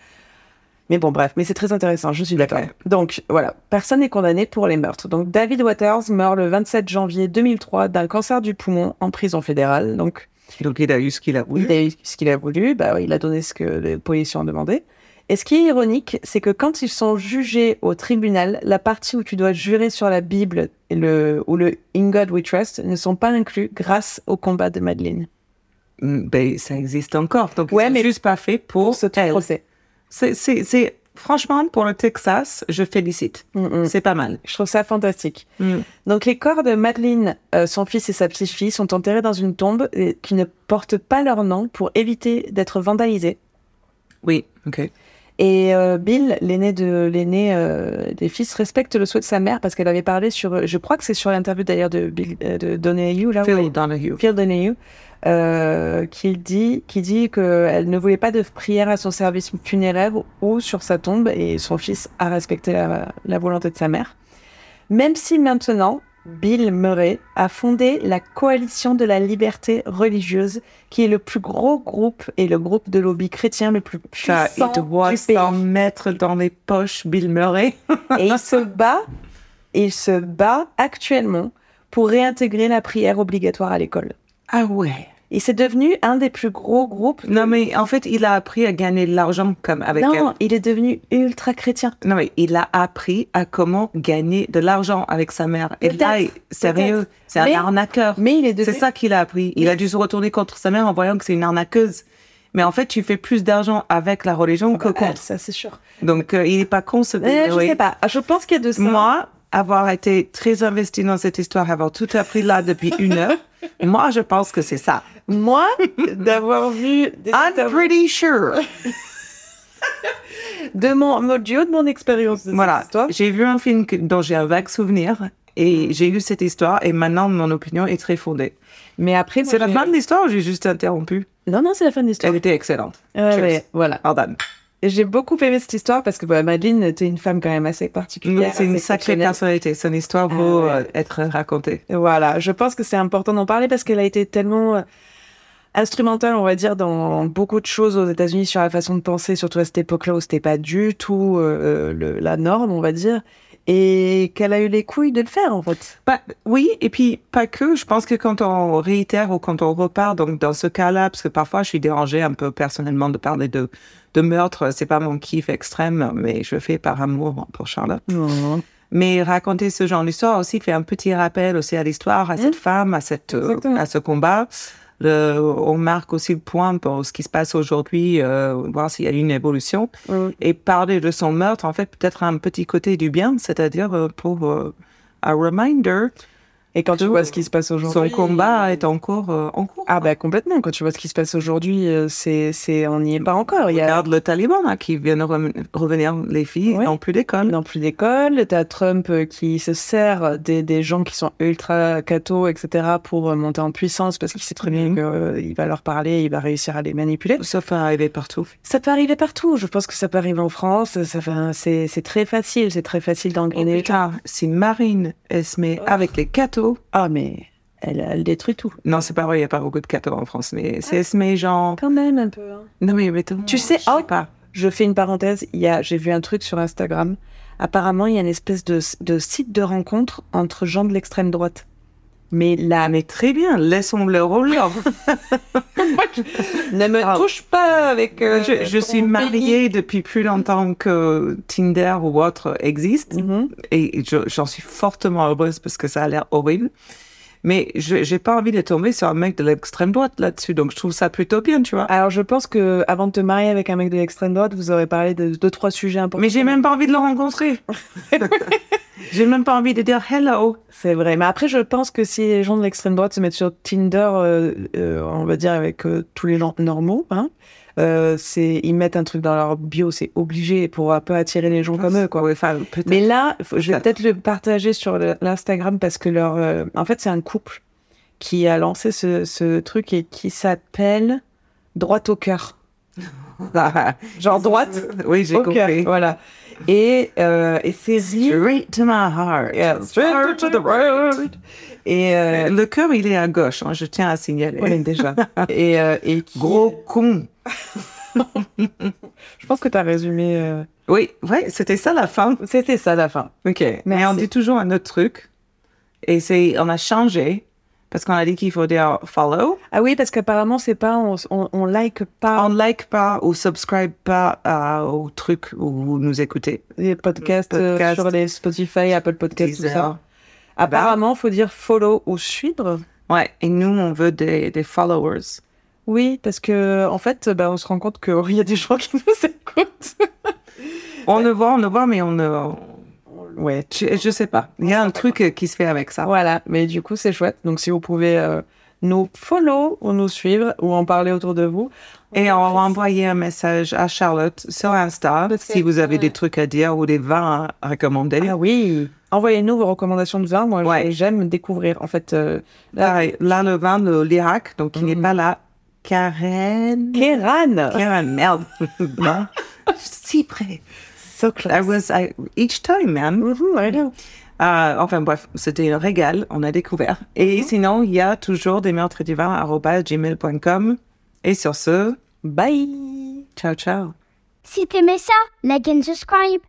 mais bon, bref, mais c'est très intéressant, je suis d'accord. Ouais. Donc voilà, personne n'est condamné pour les meurtres. Donc David Waters meurt le 27 janvier 2003 d'un cancer du poumon en prison fédérale. Donc Donc, il a eu ce qu'il a voulu. il a eu ce qu'il a voulu, bah, oui, il a donné ce que les policiers ont demandé. Et ce qui est ironique, c'est que quand ils sont jugés au tribunal, la partie où tu dois jurer sur la Bible et le, ou le In God We Trust ne sont pas inclus grâce au combat de Madeleine. Mm, Ben, ça existe encore. Donc, Ouais, ouais, mais mais- juste pas fait pour ce Oh, elle. procès. C'est- C'est, c'est- franchement, pour le Texas, je félicite. Mm. C'est pas mal. Je trouve ça fantastique. Donc les corps de Madeleine, euh, son fils et sa petite-fille sont enterrés dans une tombe euh, qui ne porte pas leur nom pour éviter d'être vandalisés. Oui, ok. Et euh, Bill, l'aîné de l'aîné euh, des fils, respecte le souhait de sa mère parce qu'elle avait parlé sur, je crois que c'est sur l'interview d'ailleurs de Bill euh, de Donahue là. où Phil elle- Donahue. Phil Donahue, euh, qui dit qui dit qu'elle ne voulait pas de prière à son service funéraire ou sur sa tombe et son fils a respecté la, la volonté de sa mère. Même si maintenant, Bill Murray a fondé la Coalition de la liberté religieuse, qui est le plus gros groupe et le groupe de lobby chrétien le plus puissant Ça, il doit du pays. s'en mettre dans les poches, Bill Murray. Et il se bat, il se bat actuellement pour réintégrer la prière obligatoire à l'école. Ah ouais. Et c'est devenu un des plus gros groupes. Non, mais en fait, il a appris à gagner de l'argent comme avec non, elle. il est devenu ultra chrétien. Non, mais il a appris à comment gagner de l'argent avec sa mère. Et là, Peut-être, il- sérieux, c'est un Mais- arnaqueur. Mais il est devenu. C'est ça qu'il a appris. Il a dû se retourner contre sa mère en voyant que c'est une arnaqueuse. Mais en fait, tu fais plus d'argent avec la religion que Ah, contre. ça, c'est sûr. Donc, euh, il est pas con, ce Bill Euh, Murray. Je sais pas. Ah, Je pense qu'il y a de ça. Moi, avoir été très investi dans cette histoire, avoir tout appris là depuis une heure, moi, je pense que c'est ça. Moi, d'avoir vu des I'm interviews- pretty sure. de mon, mon- du haut de mon expérience de Voilà. cette histoire. Mm. J'ai vu un film que- dont j'ai un vague souvenir et j'ai eu cette histoire et maintenant, mon opinion est très fondée. Mais après, moi, C'est la j'ai- fin de l'histoire ou j'ai juste interrompu? Non, non, c'est la fin de l'histoire. Elle était excellente. Ouais, Cheers. ouais, voilà. Well done. Et J'ai beaucoup aimé cette histoire parce que bah, Madeleine était une femme quand même assez particulière. C'est une assez sacrée exceptionnelle. personnalité. Son histoire Ah, vaut ouais. euh, être racontée. Voilà, je pense que c'est important d'en parler parce qu'elle a été tellement euh, instrumentale, on va dire, dans beaucoup de choses aux États-Unis sur la façon de penser, surtout à cette époque-là où c'était pas du tout euh, le- la norme, on va dire, et qu'elle a eu les couilles de le faire en fait. Bah, oui, et puis pas que. Je pense que quand on réitère ou quand on repart, donc dans ce cas-là, parce que parfois je suis dérangée un peu personnellement de parler de, de meurtre, c'est pas mon kiff extrême, mais je le fais par amour pour Charlotte. Mm. Mais raconter ce genre d'histoire aussi fait un petit rappel aussi à l'histoire, à cette femme, à, cette, euh, Exactement. à ce combat. Le- on marque aussi le point pour ce qui se passe aujourd'hui, euh, voir s'il y a une évolution. Mm. Et parler de son meurtre, en fait, peut-être un petit côté du bien, c'est-à-dire euh, pour euh, un reminder Et quand tu vois ce qui se passe Son aujourd'hui. euh, combat est encore euh, en cours. Ah bah complètement. Quand tu vois ce qui se passe aujourd'hui, euh, c'est c'est on n'y est pas encore. Il y a Ah, Regarde le Taliban là, qui vient de rem- revenir, les filles Ouais. n'ont plus d'école. non Ah, plus d'école. T'as Trump euh, qui se sert des, des gens qui sont ultra cato, etc. pour euh, monter en puissance parce qu'il sait très bien Mhm. que euh, il va leur parler, il va réussir à les manipuler. Ça fait arriver partout. Ça peut arriver partout. Je pense que ça peut arriver en France. Ça fait- c'est c'est très facile. C'est très facile d'engrainer les Ah, gens. si Marine, elle se met Oh. avec les cathos, Ah mais elle, elle détruit tout. non, c'est pas vrai, il n'y a pas beaucoup de cathos en France, mais si elle se met genre. Quand même un peu. hein. Non, mais, mais tout- Ah. Tu sais, je sais oh. pas. Je fais une parenthèse. Il y a, j'ai vu un truc sur Instagram. Apparemment, il y a une espèce de, de site de rencontre entre gens de l'extrême droite. Mais là, mais Très bien, laissons le rôle. ne me Ah. touche pas avec. euh, je je ton suis pays. mariée depuis plus longtemps que Tinder ou autre existe. Mhm. et je- j'en suis fortement heureuse parce que ça a l'air horrible. Mais je j'ai pas envie de tomber sur un mec de l'extrême droite là-dessus, donc je trouve ça plutôt bien, tu vois. Alors, je pense que avant de te marier avec un mec de l'extrême droite, vous aurez parlé de deux trois sujets importants. Mais j'ai même pas envie de le rencontrer. j'ai même pas envie de dire hello. C'est vrai. Mais après, je pense que si les gens de l'extrême droite se mettent sur Tinder, euh, euh, on va dire avec euh, tous les gens normaux, hein, euh, c'est ils mettent un truc dans leur bio, c'est obligé pour un peu attirer les gens comme eux, quoi. Ouais, enfin, peut-être. Mais là, faut- je vais Peut-être. peut-être le partager sur le- l'Instagram parce que leur. euh, en fait, c'est un couple qui a lancé ce, ce truc et qui s'appelle Droite au cœur. Genre droite Ah. oui, j'ai au cœur. compris. Voilà. Et, euh, et c'est lié- Straight to my heart. Yeah, straight to the road. Et. euh, Euh, Le cœur, il est à gauche, hein, je tiens à signaler. ouais, déjà. et, euh, et qui- Gros con. Je pense que tu as résumé. euh, Oui, ouais, c'était ça la fin. C'était ça la fin. Ok. Mais on Merci. dit toujours un autre truc. Et c'est, on a changé parce qu'on a dit qu'il faut dire follow. Ah oui, parce qu'apparemment, c'est pas. On, on, on like pas On like pas ou subscribe pas à- au truc où vous nous écoutez. les podcasts euh, Podcast. sur les Spotify, Apple Podcasts, tout ça. Deezer. Ah bah. Apparemment, faut dire follow ou suivre. Ouais. Et nous, on veut des, des followers. Oui, parce que en fait, bah, on se rend compte qu'il y a des gens qui nous écoutent. On le voit, on le voit, mais on ne, Ouais. je, je sais pas. Il y a un truc euh, qui se fait avec ça. Voilà, mais du coup, c'est chouette. Donc, si vous pouvez euh, nous follow ou nous suivre ou en parler autour de vous. Et on va envoyer un message à Charlotte sur Insta si vous avez des trucs à dire ou des vins à recommander. Ah oui. Envoyez-nous vos recommandations de vin. Moi, Ouais. j'aime découvrir. En fait, euh, Là, là, le vin de l'Irak, donc il Mhm. n'est pas là. Karen. Kéran. Karen, merde. non. Si près. So close. I was I, each time, man. Mhm, I know. Euh, enfin bref, c'était un régal, on a découvert. Mhm. Et sinon, il y a toujours des meurtres divins arobase gmail.com. Et sur ce, Bye. ciao ciao. Si t'aimais ça, like and subscribe.